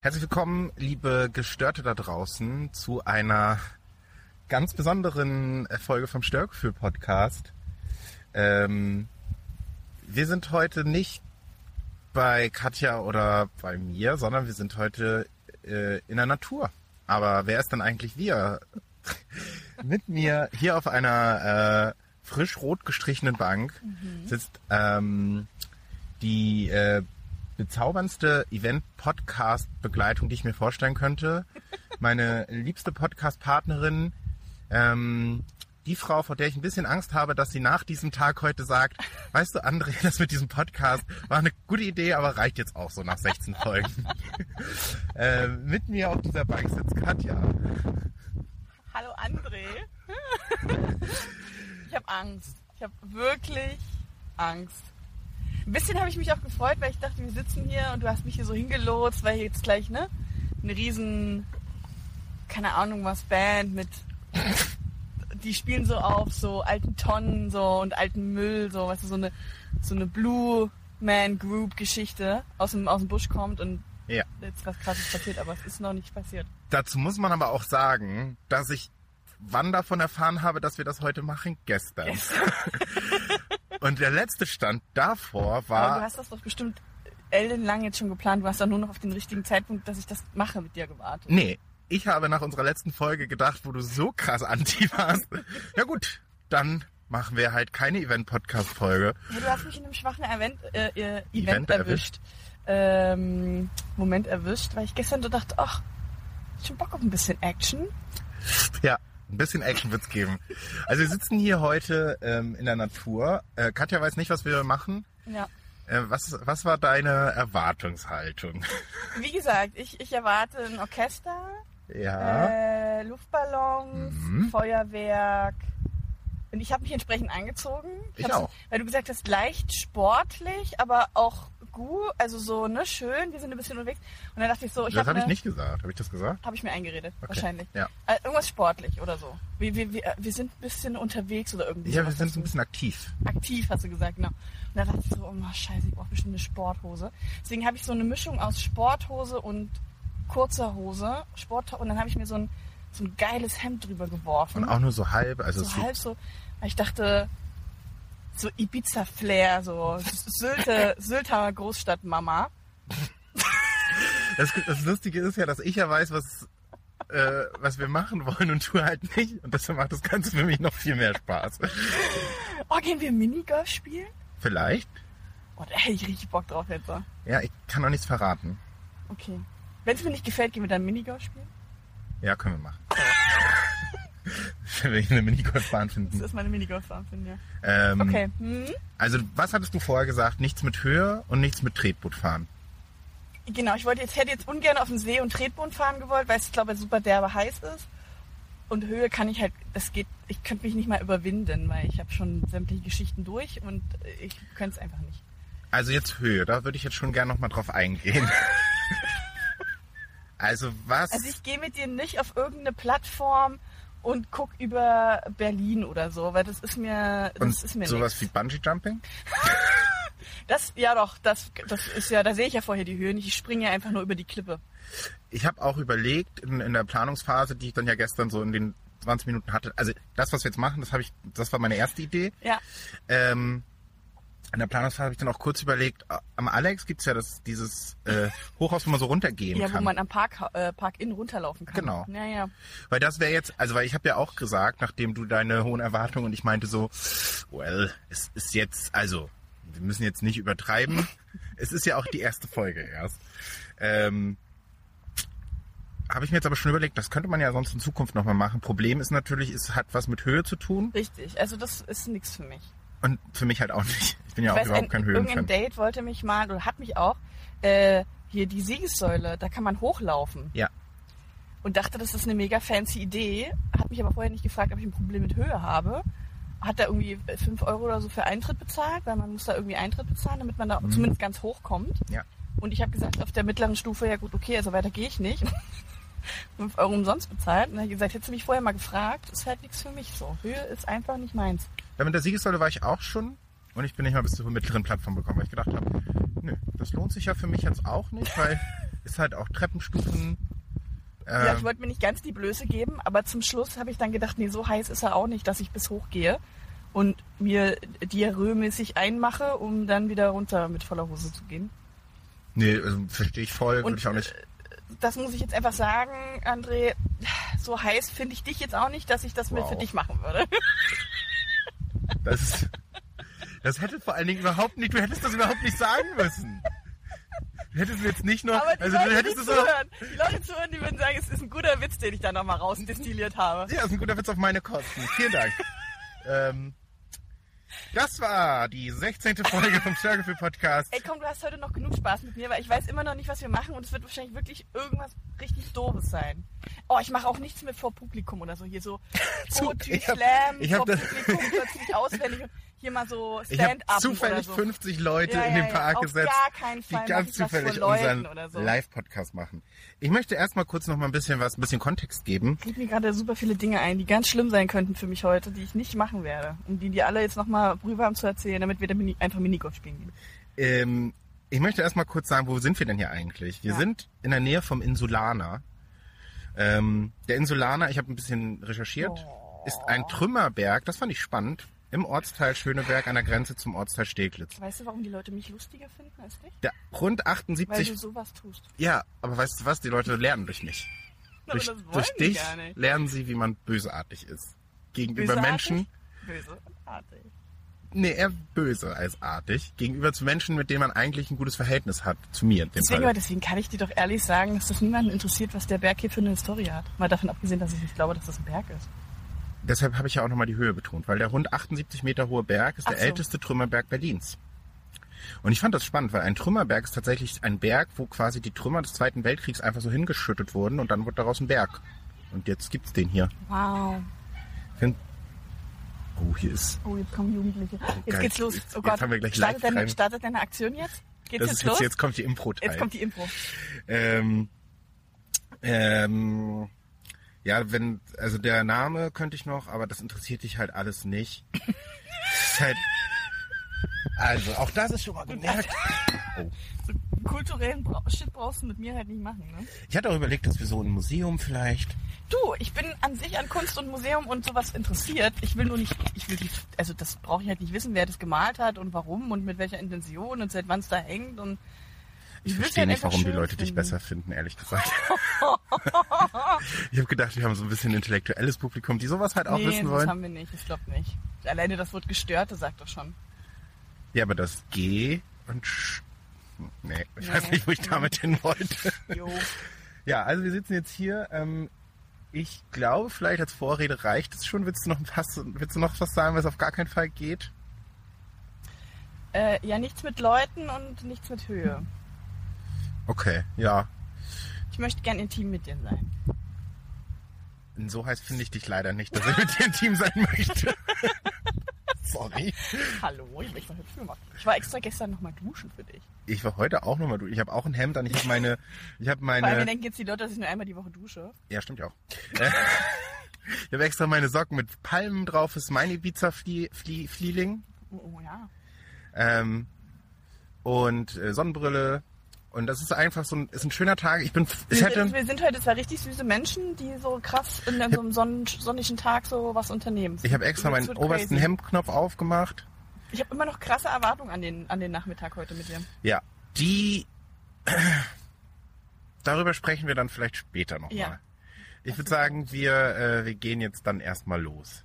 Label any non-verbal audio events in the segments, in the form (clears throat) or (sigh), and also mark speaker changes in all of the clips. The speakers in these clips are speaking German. Speaker 1: Herzlich willkommen, liebe Gestörte da draußen, zu einer ganz besonderen Folge vom Störgefühl-Podcast. Ähm, wir sind heute nicht bei Katja oder bei mir, sondern wir sind heute äh, in der Natur. Aber wer ist denn eigentlich wir? (laughs) Mit mir hier auf einer äh, frisch rot gestrichenen Bank sitzt ähm, die äh, bezauberndste Event-Podcast-Begleitung, die ich mir vorstellen könnte. Meine liebste Podcast-Partnerin, ähm, die Frau, vor der ich ein bisschen Angst habe, dass sie nach diesem Tag heute sagt, weißt du, André, das mit diesem Podcast war eine gute Idee, aber reicht jetzt auch so nach 16 Folgen. (laughs) ähm, mit mir auf dieser Bank sitzt Katja.
Speaker 2: Hallo André. (laughs) ich habe Angst. Ich habe wirklich Angst. Ein bisschen habe ich mich auch gefreut, weil ich dachte, wir sitzen hier und du hast mich hier so hingelotst, weil hier jetzt gleich, ne? Eine riesen, keine Ahnung was, Band mit. Die spielen so auf so alten Tonnen so und alten Müll, so, weißt du, so eine, so eine Blue Man Group Geschichte aus dem, aus dem Busch kommt und
Speaker 1: Ja.
Speaker 2: jetzt was krasses passiert, aber es ist noch nicht passiert.
Speaker 1: Dazu muss man aber auch sagen, dass ich wann davon erfahren habe, dass wir das heute machen, gestern. (laughs) Und der letzte Stand davor
Speaker 2: Aber du
Speaker 1: war,
Speaker 2: hast das doch bestimmt äh, ellenlang jetzt schon geplant. Du hast doch nur noch auf den richtigen Zeitpunkt, dass ich das mache, mit dir gewartet.
Speaker 1: nee, ich habe nach unserer letzten Folge gedacht, wo du so krass anti warst. Ja gut, dann machen wir halt keine Event-Podcast-Folge.
Speaker 2: Ja, du hast mich in einem schwachen Event, äh, äh, Event,
Speaker 1: Event erwischt.
Speaker 2: erwischt. Ähm, Moment erwischt, weil ich gestern so dachte, ach, ich hab schon Bock auf ein bisschen Action.
Speaker 1: Ja, ein bisschen Action wird's geben. Also wir sitzen hier heute ähm, in der Natur. Äh, Katja weiß nicht, was wir machen.
Speaker 2: Ja.
Speaker 1: Äh, was, was war deine Erwartungshaltung?
Speaker 2: Wie gesagt, ich, ich erwarte ein Orchester,
Speaker 1: Ja.
Speaker 2: äh, Luftballons,
Speaker 1: Mhm.
Speaker 2: Feuerwerk. Und ich habe mich entsprechend angezogen.
Speaker 1: Ich
Speaker 2: hab's-
Speaker 1: auch.
Speaker 2: Weil du gesagt hast, leicht sportlich, aber auch gut, also so, ne, schön, wir sind ein bisschen unterwegs. Und dann dachte ich so, ich
Speaker 1: das habe
Speaker 2: habe hab
Speaker 1: ich
Speaker 2: eine-
Speaker 1: nicht gesagt. Habe ich das gesagt?
Speaker 2: hab ich mir eingeredet,
Speaker 1: Okay.
Speaker 2: wahrscheinlich.
Speaker 1: Ja.
Speaker 2: Äh, irgendwas sportlich oder so. Wir, wir, wir, wir sind ein bisschen unterwegs oder irgendwie.
Speaker 1: Ja, wir
Speaker 2: sowas
Speaker 1: sind so ein
Speaker 2: hast
Speaker 1: bisschen aktiv.
Speaker 2: du- aktiv, hast du gesagt, genau. Und dann dachte ich so, oh Mann, scheiße, ich brauche bestimmt eine Sporthose. Deswegen habe ich so eine Mischung aus Sporthose und kurzer Hose. Sport und dann habe ich mir so ein, so ein geiles Hemd drüber geworfen.
Speaker 1: Und auch nur so halb. Also es
Speaker 2: so
Speaker 1: sieht-
Speaker 2: halb so. Weil ich dachte, so Ibiza-Flair, so Sylte, Sylter Großstadt-Mama.
Speaker 1: das, das Lustige ist ja, dass ich ja weiß, was, äh, was wir machen wollen und du halt nicht. Und deshalb macht das Ganze für mich noch viel mehr Spaß.
Speaker 2: Oh, gehen wir Minigolf spielen?
Speaker 1: Vielleicht.
Speaker 2: Oh, da hätte ich richtig Bock drauf jetzt. so.
Speaker 1: Ja, ich kann noch nichts verraten.
Speaker 2: Okay. Wenn es mir nicht gefällt, gehen wir dann Minigolf spielen.
Speaker 1: Ja, können wir machen. Wenn wir hier eine Minigolfbahn
Speaker 2: Das
Speaker 1: finden.
Speaker 2: ist meine Minigolf-Anfindung, ja.
Speaker 1: Ähm,
Speaker 2: Okay. Hm?
Speaker 1: Also, was hattest du vorher gesagt? Nichts mit Höhe und nichts mit Tretboot fahren.
Speaker 2: Genau, ich wollte jetzt, hätte jetzt ungern auf dem See und Tretboot fahren gewollt, weil es, glaube ich, super derbe heiß ist. Und Höhe kann ich halt, das geht, ich könnte mich nicht mal überwinden, weil ich habe schon sämtliche Geschichten durch und ich könnte es einfach nicht.
Speaker 1: Also jetzt Höhe, da würde ich jetzt schon gerne nochmal drauf
Speaker 2: (laughs)
Speaker 1: eingehen. also was?
Speaker 2: Also ich gehe mit dir nicht auf irgendeine Plattform und guck über Berlin oder so, weil das ist mir, das
Speaker 1: und
Speaker 2: ist mir
Speaker 1: sowas
Speaker 2: nix.
Speaker 1: wie Bungee Jumping?
Speaker 2: Das, ja doch, das, das ist ja, da sehe ich ja vorher die Höhe nicht. Ich springe ja einfach nur über die Klippe.
Speaker 1: Ich habe auch überlegt in, in der Planungsphase, die ich dann ja gestern so in den 20 Minuten hatte. Also das, was wir jetzt machen, das habe ich, das war meine erste Idee.
Speaker 2: Ja.
Speaker 1: Ähm, in der Planungsphase habe ich dann auch kurz überlegt. a- Am Alex gibt's ja das, dieses äh, Hochhaus, wo man so runtergehen
Speaker 2: Ja,
Speaker 1: kann.
Speaker 2: wo man am Park, äh, Park innen runterlaufen kann.
Speaker 1: Genau.
Speaker 2: Ja, ja.
Speaker 1: Weil das wäre jetzt, also weil ich habe ja auch gesagt, nachdem du deine hohen Erwartungen und ich meinte so, well, es ist jetzt, also wir müssen jetzt nicht übertreiben. es ist ja auch die erste Folge erst. Ähm, habe ich mir jetzt aber schon überlegt, das könnte man ja sonst in Zukunft nochmal machen. Problem ist natürlich, es hat was mit Höhe zu tun
Speaker 2: Richtig. Also das ist nichts für mich.
Speaker 1: und für mich halt auch nicht. Ich bin ja auch
Speaker 2: ich weiß,
Speaker 1: überhaupt
Speaker 2: ein,
Speaker 1: kein
Speaker 2: irgendein
Speaker 1: Höhenfan.
Speaker 2: Date wollte mich mal oder hat mich auch äh, hier die Siegessäule, da kann man hochlaufen
Speaker 1: Ja,
Speaker 2: und dachte, das ist eine mega fancy Idee, hat mich aber vorher nicht gefragt, ob ich ein Problem mit Höhe habe. Hat da irgendwie 5 Euro oder so für Eintritt bezahlt, weil man muss da irgendwie Eintritt bezahlen, damit man da zumindest ganz hoch kommt.
Speaker 1: Mhm. ja.
Speaker 2: Und ich habe gesagt, auf der mittleren Stufe, ja gut, okay, also weiter gehe ich nicht. (laughs) 5 Euro umsonst bezahlt. Und dann hab ich gesagt, hättest du mich vorher mal gefragt, ist halt nichts für mich so. Höhe ist einfach nicht meins.
Speaker 1: Da mit der Siegessäule war ich auch schon und
Speaker 2: (laughs)
Speaker 1: ich bin nicht mal bis zur mittleren Plattform gekommen, weil ich gedacht habe, nö, das lohnt sich ja für mich jetzt auch nicht, weil Ist halt auch Treppenstufen.
Speaker 2: Ja,
Speaker 1: Ähm,
Speaker 2: ich wollte mir nicht ganz die Blöße geben, aber zum Schluss habe ich dann gedacht, nee, so heiß ist er auch nicht, dass ich bis hoch gehe und mir diarrhömäßig einmache, um dann wieder runter mit voller Hose zu gehen.
Speaker 1: nee, also verstehe ich voll, würde
Speaker 2: Und äh,
Speaker 1: ich auch nicht.
Speaker 2: Das muss ich jetzt einfach sagen, André, so heiß finde ich dich jetzt auch nicht, dass ich das mir
Speaker 1: Wow.
Speaker 2: für dich machen
Speaker 1: (laughs)
Speaker 2: würde.
Speaker 1: Das, das hätte vor allen Dingen überhaupt nicht, du hättest das überhaupt nicht sagen müssen. Du hättest jetzt nicht nur,
Speaker 2: Aber die
Speaker 1: also du
Speaker 2: Leute,
Speaker 1: hättest
Speaker 2: die
Speaker 1: es auch,
Speaker 2: zuhören, die Leute zuhören, die würden sagen, es ist ein guter Witz, den ich da nochmal rausdestilliert habe.
Speaker 1: ja, ist ein guter Witz auf meine Kosten. Vielen
Speaker 2: (laughs)
Speaker 1: Dank. ähm, das war die 16. Folge vom Stärkefühl Podcast.
Speaker 2: Ey, komm, du hast heute noch genug Spaß mit mir, weil ich weiß immer noch nicht, was wir machen und es wird wahrscheinlich wirklich irgendwas richtig Doofes sein. Oh, ich mache auch nichts mit vor Publikum oder so. Hier so
Speaker 1: (laughs) Zu-
Speaker 2: Poetry
Speaker 1: ich hab-
Speaker 2: Slam
Speaker 1: ich hab
Speaker 2: vor
Speaker 1: das-
Speaker 2: Publikum
Speaker 1: (laughs)
Speaker 2: plötzlich auswendig und hier mal so
Speaker 1: Ich habe
Speaker 2: Stand-up oder
Speaker 1: zufällig
Speaker 2: so.
Speaker 1: 50 Leute
Speaker 2: Ja,
Speaker 1: in
Speaker 2: ja,
Speaker 1: den
Speaker 2: ja.
Speaker 1: Park
Speaker 2: Auf
Speaker 1: gesetzt,
Speaker 2: gar
Speaker 1: die
Speaker 2: keinen Fall mach
Speaker 1: ganz
Speaker 2: ich was vor
Speaker 1: zufällig
Speaker 2: Leuten
Speaker 1: unseren
Speaker 2: oder so.
Speaker 1: Live-Podcast machen. Ich möchte erstmal kurz noch mal ein bisschen was, ein bisschen Kontext geben.
Speaker 2: Fällt mir gerade super viele Dinge ein, die ganz schlimm sein könnten für mich heute, die ich nicht machen werde. Um die, die alle jetzt nochmal rüber haben zu erzählen, damit wir dann mini einfach Minigolf spielen gehen.
Speaker 1: Ähm, ich möchte erstmal kurz sagen, wo sind wir denn hier eigentlich? Wir
Speaker 2: Ja.
Speaker 1: sind in der Nähe vom Insulaner. Ähm, der Insulaner, ich habe ein bisschen recherchiert,
Speaker 2: Oh.
Speaker 1: ist ein Trümmerberg, das fand ich spannend, im Ortsteil Schöneberg an der Grenze zum Ortsteil Steglitz.
Speaker 2: Weißt du, warum die Leute mich lustiger finden als dich?
Speaker 1: Der rund
Speaker 2: Weil
Speaker 1: 78,
Speaker 2: du sowas tust. (laughs)
Speaker 1: ja, aber weißt du was, die Leute lernen durch mich.
Speaker 2: Aber
Speaker 1: durch,
Speaker 2: das wollen
Speaker 1: durch
Speaker 2: die
Speaker 1: dich
Speaker 2: gar nicht.
Speaker 1: lernen sie, wie man bösartig ist. Gegenüber
Speaker 2: Bösartig?
Speaker 1: Menschen.
Speaker 2: Bösartig.
Speaker 1: Nee, eher böse als artig. Gegenüber zu Menschen, mit denen man eigentlich ein gutes Verhältnis hat. Zu mir in dem
Speaker 2: Deswegen, aber
Speaker 1: Fall.
Speaker 2: deswegen kann ich dir doch ehrlich sagen, dass das niemanden interessiert, was der Berg hier für eine Historie hat. Mal davon abgesehen, dass ich nicht glaube, dass das ein Berg ist.
Speaker 1: Deshalb habe ich ja auch nochmal die Höhe betont, weil der rund 78 Meter hohe Berg ist
Speaker 2: Ach
Speaker 1: der
Speaker 2: so.
Speaker 1: älteste Trümmerberg Berlins. Und ich fand das spannend, weil ein Trümmerberg ist tatsächlich ein Berg, wo quasi die Trümmer des Zweiten Weltkriegs einfach so hingeschüttet wurden und dann wurde daraus ein Berg. Und jetzt gibt's den hier.
Speaker 2: Wow.
Speaker 1: Find- Oh, hier ist.
Speaker 2: Oh, jetzt kommen Jugendliche. jetzt
Speaker 1: geil.
Speaker 2: geht's los.
Speaker 1: Jetzt-
Speaker 2: oh
Speaker 1: jetzt
Speaker 2: Gott.
Speaker 1: haben wir gleich
Speaker 2: startet,
Speaker 1: live
Speaker 2: deine,
Speaker 1: rein.
Speaker 2: startet deine Aktion jetzt? Geht's
Speaker 1: Das
Speaker 2: jetzt
Speaker 1: ist
Speaker 2: los?
Speaker 1: jetzt, jetzt kommt die Impro-Teil.
Speaker 2: Jetzt kommt die Info.
Speaker 1: Ähm, ähm, ja, wenn, also der Name könnte ich noch, aber das interessiert dich halt alles nicht. ist halt, also, auch das ist schon mal gemerkt. Oh.
Speaker 2: So kulturellen Bra Shit brauchst du mit mir halt nicht machen, ne?
Speaker 1: Ich hatte auch überlegt, dass wir so ein Museum vielleicht.
Speaker 2: Du, ich bin an sich an Kunst und Museum und sowas interessiert. Ich will nur nicht, ich will die, also das brauche ich halt nicht wissen, wer das gemalt hat und warum und mit welcher Intention und seit wann es da hängt und
Speaker 1: Ich
Speaker 2: will's
Speaker 1: verstehe
Speaker 2: halt
Speaker 1: nicht,
Speaker 2: einfach
Speaker 1: warum die
Speaker 2: schön
Speaker 1: Leute dich
Speaker 2: finden.
Speaker 1: besser finden, ehrlich gesagt. ich habe gedacht, wir haben so ein bisschen intellektuelles Publikum, die sowas halt auch
Speaker 2: nee,
Speaker 1: wissen
Speaker 2: das
Speaker 1: wollen.
Speaker 2: haben wir nicht. Ich glaube nicht. Alleine das Wort Gestörte sagt doch schon.
Speaker 1: Ja, aber das G und Sch Nee, ich weiß
Speaker 2: Nee.
Speaker 1: nicht, wo ich damit hin wollte.
Speaker 2: Jo. (laughs)
Speaker 1: Ja, also wir sitzen jetzt hier. Ähm, ich glaube, vielleicht als Vorrede reicht es schon. Willst du noch, hast, du- willst du noch was sagen, was auf gar keinen Fall geht?
Speaker 2: Äh, ja, nichts mit Leuten und nichts mit Höhe.
Speaker 1: Okay, ja.
Speaker 2: Ich möchte gern intim mit dir sein.
Speaker 1: So heiß finde ich dich leider nicht, dass ich mit dir im Team sein möchte. (laughs) Sorry.
Speaker 2: Hallo, ich möchte mal hübsch gemacht. Ich war extra gestern nochmal duschen für dich.
Speaker 1: Ich war heute auch nochmal du. Ich habe auch ein Hemd an. Ich habe meine. Ich habe
Speaker 2: Vor allem
Speaker 1: meine.
Speaker 2: denken jetzt die Leute, dass ich nur einmal die Woche dusche.
Speaker 1: Ja, stimmt ja auch. (laughs) Äh, ich habe extra meine Socken mit Palmen drauf. Ist mein Ibiza Flie Flie Flieling.
Speaker 2: Oh, oh ja.
Speaker 1: Ähm, und äh, Sonnenbrille. Und das ist einfach so ein, ist ein schöner Tag. Ich bin, f- ich
Speaker 2: wir,
Speaker 1: hätte,
Speaker 2: sind, wir sind heute zwei richtig süße Menschen, die so krass in so einem sonnen, sonnigen Tag so was unternehmen.
Speaker 1: ich habe extra
Speaker 2: Das
Speaker 1: meinen
Speaker 2: wird
Speaker 1: obersten
Speaker 2: crazy.
Speaker 1: Hemdknopf aufgemacht.
Speaker 2: Ich habe immer noch krasse Erwartungen an den, an den Nachmittag heute mit dir.
Speaker 1: Ja, die, (clears throat) darüber sprechen wir dann vielleicht später nochmal.
Speaker 2: Ja.
Speaker 1: Ich würde sagen, wir, äh, wir gehen jetzt dann erstmal los.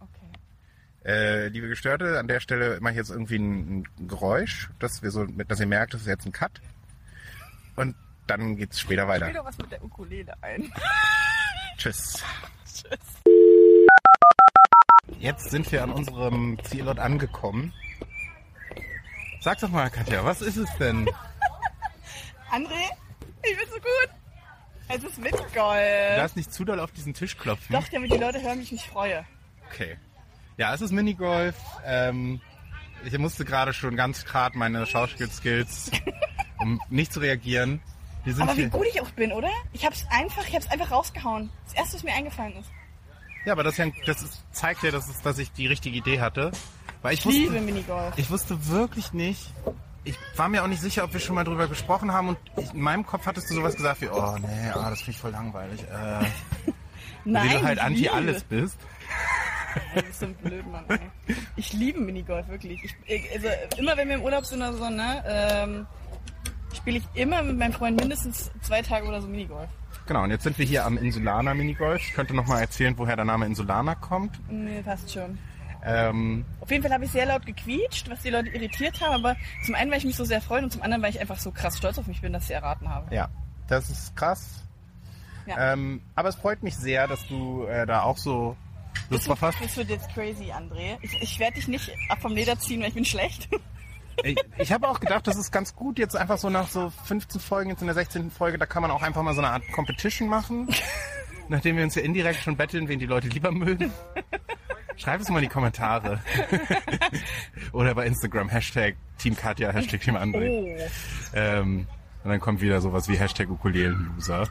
Speaker 2: Okay.
Speaker 1: Äh, liebe Gestörte, an der Stelle mache ich jetzt irgendwie ein, ein Geräusch, dass wir so, dass ihr merkt, das ist jetzt ein Cut. Und dann geht's später
Speaker 2: Ich
Speaker 1: weiter.
Speaker 2: spiel doch was mit der Ukulele ein. (laughs)
Speaker 1: Tschüss.
Speaker 2: Tschüss.
Speaker 1: Jetzt sind wir an unserem Zielort angekommen. Sag doch mal, Katja, was ist es denn?
Speaker 2: André, ich bin so gut. Es ist mit Gold.
Speaker 1: darfst nicht zu doll auf diesen Tisch klopfen.
Speaker 2: Doch, damit die Leute hören, wie ich mich freue.
Speaker 1: Okay. Ja, es ist Minigolf. Ähm, ich musste gerade schon ganz hart meine Schauspielskills, um nicht zu reagieren. Wir sind
Speaker 2: Aber wie
Speaker 1: hier.
Speaker 2: gut ich auch bin, oder? Ich hab's einfach, ich hab's einfach rausgehauen. Das erste, was mir eingefallen ist.
Speaker 1: Ja, aber das, ist ja ein- das ist, zeigt ja, dass, es, dass ich die richtige Idee hatte. Weil ich
Speaker 2: Liebe
Speaker 1: wusste,
Speaker 2: Minigolf.
Speaker 1: ich wusste wirklich nicht, ich war mir auch nicht sicher, ob wir schon mal drüber gesprochen haben und ich, in meinem Kopf hattest du sowas gesagt wie, oh nee, ah, das finde ich voll langweilig. Äh,
Speaker 2: Nein,
Speaker 1: wenn du halt
Speaker 2: ich
Speaker 1: anti
Speaker 2: liebe-
Speaker 1: alles bist.
Speaker 2: (laughs) Ey, Das ist so ein Blödmann, ey. Ich liebe Minigolf, wirklich. Ich, ich- also, immer wenn wir im Urlaub sind oder so, ne, ähm, spiele ich immer mit meinem Freund mindestens zwei Tage oder so Minigolf.
Speaker 1: Genau, und jetzt sind wir hier am Insulaner Minigolf. Ich könnte nochmal erzählen, woher der Name Insulaner kommt.
Speaker 2: Nee, passt schon.
Speaker 1: Ähm,
Speaker 2: Auf jeden Fall habe ich sehr laut gequietscht, was die Leute irritiert haben, aber zum einen, weil ich mich so sehr freue und zum anderen, weil ich einfach so krass stolz auf mich bin, dass ich erraten habe.
Speaker 1: ja, das ist krass.
Speaker 2: Ja.
Speaker 1: Ähm, aber es freut mich sehr, dass du äh, da auch so Lust drauf hast.
Speaker 2: Das wird jetzt crazy, André. Ich, ich werde dich nicht ab vom Leder ziehen, weil ich bin schlecht.
Speaker 1: Ich, ich habe auch gedacht, das ist ganz gut, jetzt einfach so nach so 15 Folgen, jetzt in der 16. Folge, da kann man auch einfach mal so eine Art Competition machen. Nachdem wir uns ja indirekt schon betteln, wen die Leute lieber mögen. Schreib es mal in die Kommentare. Oder bei Instagram, Hashtag Team Katja, Hashtag Team André.
Speaker 2: (laughs) Oh.
Speaker 1: Ähm, und dann kommt wieder sowas wie Hashtag Ukulelenloser.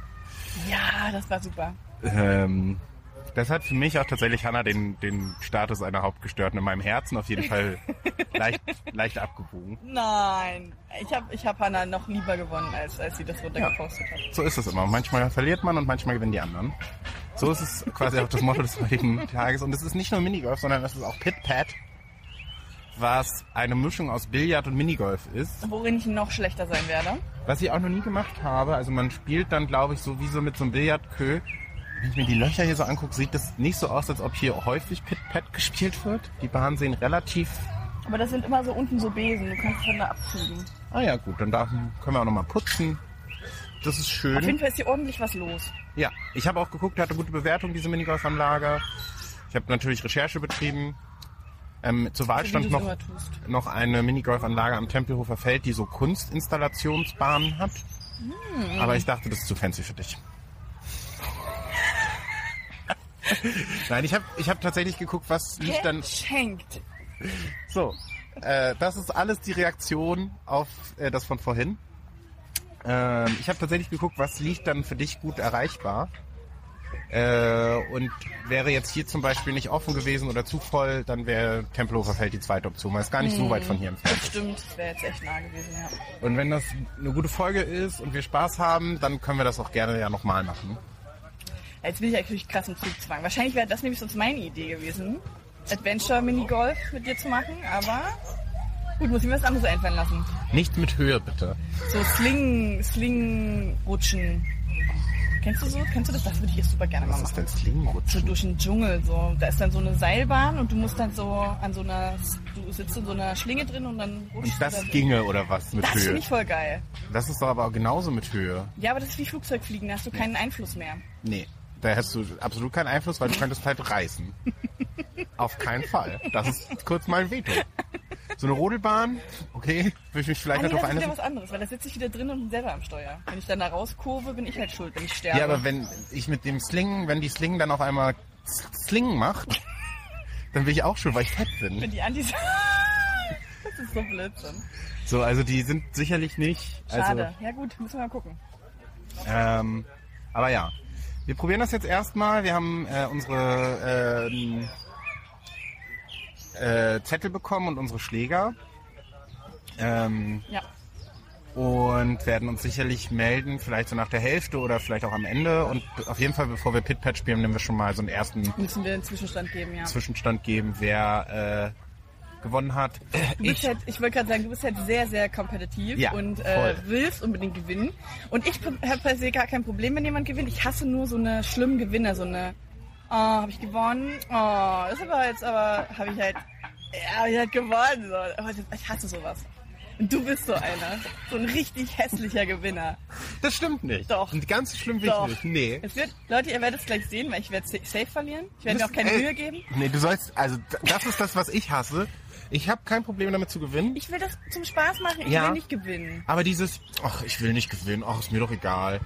Speaker 2: Ja, das war super.
Speaker 1: Ähm, das hat für mich auch tatsächlich Hannah den, den Status einer Hauptgestörten in meinem Herzen auf jeden Fall leicht, leicht abgebogen.
Speaker 2: Nein. Ich habe ich hab Hannah noch lieber gewonnen, als, als sie das runtergepostet hat.
Speaker 1: So ist es immer. Manchmal verliert man und manchmal gewinnen die anderen. So ist es quasi auch das Motto des heutigen Tages. Und es ist nicht nur Minigolf, sondern es ist auch Pit Pat, was eine Mischung aus Billard und Minigolf ist.
Speaker 2: Worin ich noch schlechter sein werde.
Speaker 1: Was ich auch noch nie gemacht habe. Also man spielt dann, glaube ich, so wie so mit so einem Billardkö. Wenn ich mir die Löcher hier so angucke, sieht das nicht so aus, als ob hier häufig Pit Pat gespielt wird. Die Bahnen sehen relativ.
Speaker 2: Aber das sind immer so unten so Besen. Du kannst von da abziehen.
Speaker 1: Ah ja, gut, dann darf, können wir auch nochmal putzen. Das ist schön.
Speaker 2: Auf jeden Fall ist hier ordentlich was los.
Speaker 1: Ja, ich habe auch geguckt, hatte gute Bewertung, diese Minigolfanlage. Ich habe natürlich Recherche betrieben. Ähm, zur Wahl
Speaker 2: So
Speaker 1: stand
Speaker 2: Also wie du es
Speaker 1: noch,
Speaker 2: immer tust.
Speaker 1: noch eine Minigolfanlage am Tempelhofer Feld, die so Kunstinstallationsbahnen hat.
Speaker 2: Hm.
Speaker 1: Aber ich dachte, das ist zu fancy für
Speaker 2: (laughs)
Speaker 1: dich. Nein, ich habe ich hab tatsächlich geguckt, was liegt dann...
Speaker 2: Geschenkt.
Speaker 1: So, äh, das ist alles die Reaktion auf äh, das von vorhin. Ähm, ich habe tatsächlich geguckt, was liegt dann für dich gut erreichbar. Äh, und wäre jetzt hier zum Beispiel nicht offen gewesen oder zu voll, dann wäre Tempelhofer Feld die zweite Option, weil es gar nicht so weit von hier entfernt
Speaker 2: Das stimmt. Das wäre jetzt echt nah gewesen, ja.
Speaker 1: ist. Und wenn das eine gute Folge ist und wir Spaß haben, dann können wir das auch gerne ja nochmal machen.
Speaker 2: Jetzt bin ich natürlich krass im Zugzwang. Wahrscheinlich wäre das nämlich sonst meine Idee gewesen, Adventure-Minigolf mit dir zu machen, aber gut, muss ich mir was anderes einfallen lassen.
Speaker 1: Nicht mit Höhe, bitte.
Speaker 2: So Sling, Sling rutschen. Kennst du so? Kennst du das? Das würde ich jetzt super gerne mal
Speaker 1: Was ist
Speaker 2: machen.
Speaker 1: denn Slingrutsch?
Speaker 2: So durch den Dschungel, so. Da ist dann so eine Seilbahn und du musst dann so an so einer, du sitzt in so einer Schlinge drin und dann rutschst
Speaker 1: Und
Speaker 2: du
Speaker 1: das
Speaker 2: da so.
Speaker 1: ginge oder was mit
Speaker 2: Das finde
Speaker 1: Höhe?
Speaker 2: ich voll geil.
Speaker 1: Das ist doch aber genauso mit Höhe.
Speaker 2: Ja, aber das ist wie Flugzeugfliegen, da hast du keinen Einfluss mehr.
Speaker 1: Nee, da hast du absolut keinen Einfluss, weil du könntest halt reißen. Auf keinen Fall. Das ist kurz mein Veto. So eine Rodelbahn, okay, würde ich mich
Speaker 2: Ah,
Speaker 1: vielleicht
Speaker 2: nee,
Speaker 1: noch
Speaker 2: das
Speaker 1: drauf
Speaker 2: ist wieder
Speaker 1: einlassen.
Speaker 2: was anderes, weil da sitze ich wieder drin und bin selber am Steuer. Wenn ich dann da rauskurve, bin ich halt schuld, wenn ich sterbe.
Speaker 1: Ja, aber wenn ich mit dem Slingen, wenn die Slingen dann auf einmal Slingen macht, dann bin ich auch schon, weil ich fett bin.
Speaker 2: Wenn die Antis... (laughs) das ist so Blödsinn.
Speaker 1: So, also die sind sicherlich nicht.
Speaker 2: Schade. ja gut, müssen wir mal gucken.
Speaker 1: Also, ähm, aber ja. Wir probieren das jetzt erstmal. Wir haben äh, unsere ähm, äh, Zettel bekommen und unsere Schläger. Ähm,
Speaker 2: Ja.
Speaker 1: und werden uns sicherlich melden, vielleicht so nach der Hälfte oder vielleicht auch am Ende. Und auf jeden Fall, bevor wir Pit-Pat spielen, nehmen wir schon mal so einen ersten
Speaker 2: Müssen wir einen Zwischenstand geben, ja.
Speaker 1: Zwischenstand geben, wer äh, gewonnen hat.
Speaker 2: Du bist halt, ich wollte gerade sagen, du bist halt sehr, sehr kompetitiv
Speaker 1: Ja,
Speaker 2: und äh,
Speaker 1: voll.
Speaker 2: willst unbedingt gewinnen. Und ich habe per se gar kein Problem, wenn jemand gewinnt. Ich hasse nur so eine schlimmen Gewinner, so eine, oh, habe ich gewonnen, oh, ist aber jetzt, aber habe ich halt, ja, hab ich halt gewonnen. So. Aber das- Ich hasse sowas. Und du bist so einer, so ein richtig hässlicher Gewinner.
Speaker 1: (clears throat) Das stimmt nicht.
Speaker 2: Doch.
Speaker 1: Und Ganz schlimm bin
Speaker 2: Doch.
Speaker 1: ich nicht. Nee.
Speaker 2: Es wird, Leute, ihr werdet es gleich sehen, weil ich werde sa- safe verlieren. Ich werde mir auch
Speaker 1: Das-
Speaker 2: keine
Speaker 1: ey,
Speaker 2: Mühe geben.
Speaker 1: Nee, du sollst, also d- das ist das, was ich hasse. Ich habe kein Problem damit zu gewinnen.
Speaker 2: Ich will das zum Spaß machen, ich
Speaker 1: Ja.
Speaker 2: will nicht gewinnen.
Speaker 1: Aber dieses, ach, ich will nicht gewinnen, ach, ist mir doch egal.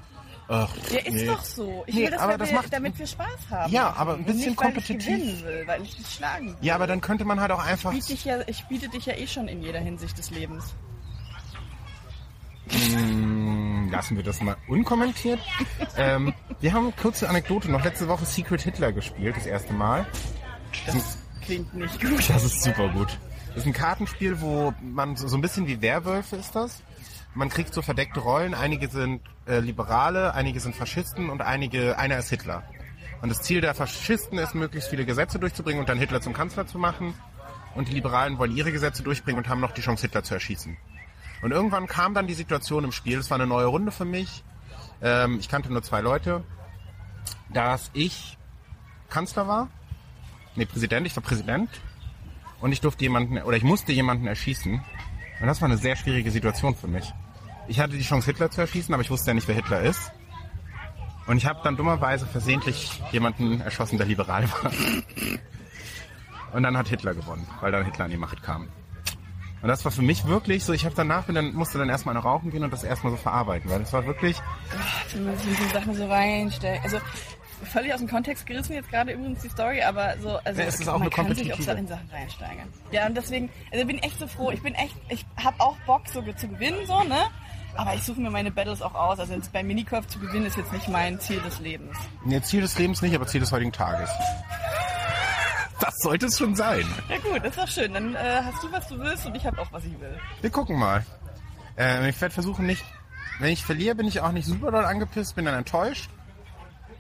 Speaker 1: Ach,
Speaker 2: Ja, ist
Speaker 1: nee.
Speaker 2: doch so. Ich
Speaker 1: Nee,
Speaker 2: will das,
Speaker 1: aber
Speaker 2: weil
Speaker 1: das
Speaker 2: wir,
Speaker 1: macht-
Speaker 2: damit wir Spaß haben.
Speaker 1: Ja, aber ein
Speaker 2: Und
Speaker 1: bisschen
Speaker 2: nicht, weil
Speaker 1: kompetitiv.
Speaker 2: Ich gewinnen will, weil ich dich schlagen will.
Speaker 1: Ja, aber dann könnte man halt auch einfach.
Speaker 2: Ich biete, dich ja, ich biete dich ja eh schon in jeder Hinsicht des Lebens.
Speaker 1: Lassen wir das mal unkommentiert. ähm, wir haben eine kurze Anekdote noch. Letzte Woche Secret Hitler gespielt, das erste Mal. (laughs)
Speaker 2: Das klingt nicht gut.
Speaker 1: Das ist super gut. Das ist ein Kartenspiel, wo man so so ein bisschen wie Werwölfe ist das. Man kriegt so verdeckte Rollen. Einige sind äh, Liberale, einige sind Faschisten und einige, einer ist Hitler. Und das Ziel der Faschisten ist, möglichst viele Gesetze durchzubringen und dann Hitler zum Kanzler zu machen. Und die Liberalen wollen ihre Gesetze durchbringen und haben noch die Chance, Hitler zu erschießen. Und irgendwann kam dann die Situation im Spiel, es war eine neue Runde für mich, ähm, ich kannte nur zwei Leute, dass ich Kanzler war, nee, Präsident, ich war Präsident und ich durfte jemanden, oder ich musste jemanden erschießen. Und das war eine sehr schwierige Situation für mich. Ich hatte die Chance, Hitler zu erschießen, aber ich wusste ja nicht, wer Hitler ist. Und ich habe dann dummerweise versehentlich jemanden erschossen, der liberal war. Und dann hat Hitler gewonnen, weil dann Hitler an die Macht kam. Und das war für mich wirklich so, ich habe danach, bin dann, musste dann erstmal eine rauchen gehen und das erstmal so verarbeiten, weil das war wirklich,
Speaker 2: Wenn man sich so Sachen so reinstellt. Also völlig aus dem Kontext gerissen jetzt gerade übrigens die Story, aber so, also
Speaker 1: Ja, es ist auch
Speaker 2: man
Speaker 1: eine
Speaker 2: kann sich auch
Speaker 1: kompetitive.
Speaker 2: so in Sachen reinsteigern. Ja, und deswegen, also ich bin echt so froh. Ich bin echt, ich habe auch Bock so ge- zu gewinnen, so, ne? Aber ich suche mir meine Battles auch aus. Also jetzt bei Minicorp zu gewinnen ist jetzt nicht mein Ziel des Lebens.
Speaker 1: nee, Ziel des Lebens nicht, aber Ziel des heutigen Tages. Das sollte es schon sein.
Speaker 2: Ja gut, das ist doch schön. Dann äh, hast du, was du willst und ich habe auch, was ich will.
Speaker 1: Wir gucken mal. Äh, ich werde versuchen, nicht. Wenn ich verliere, bin ich auch nicht super doll angepisst, bin dann enttäuscht.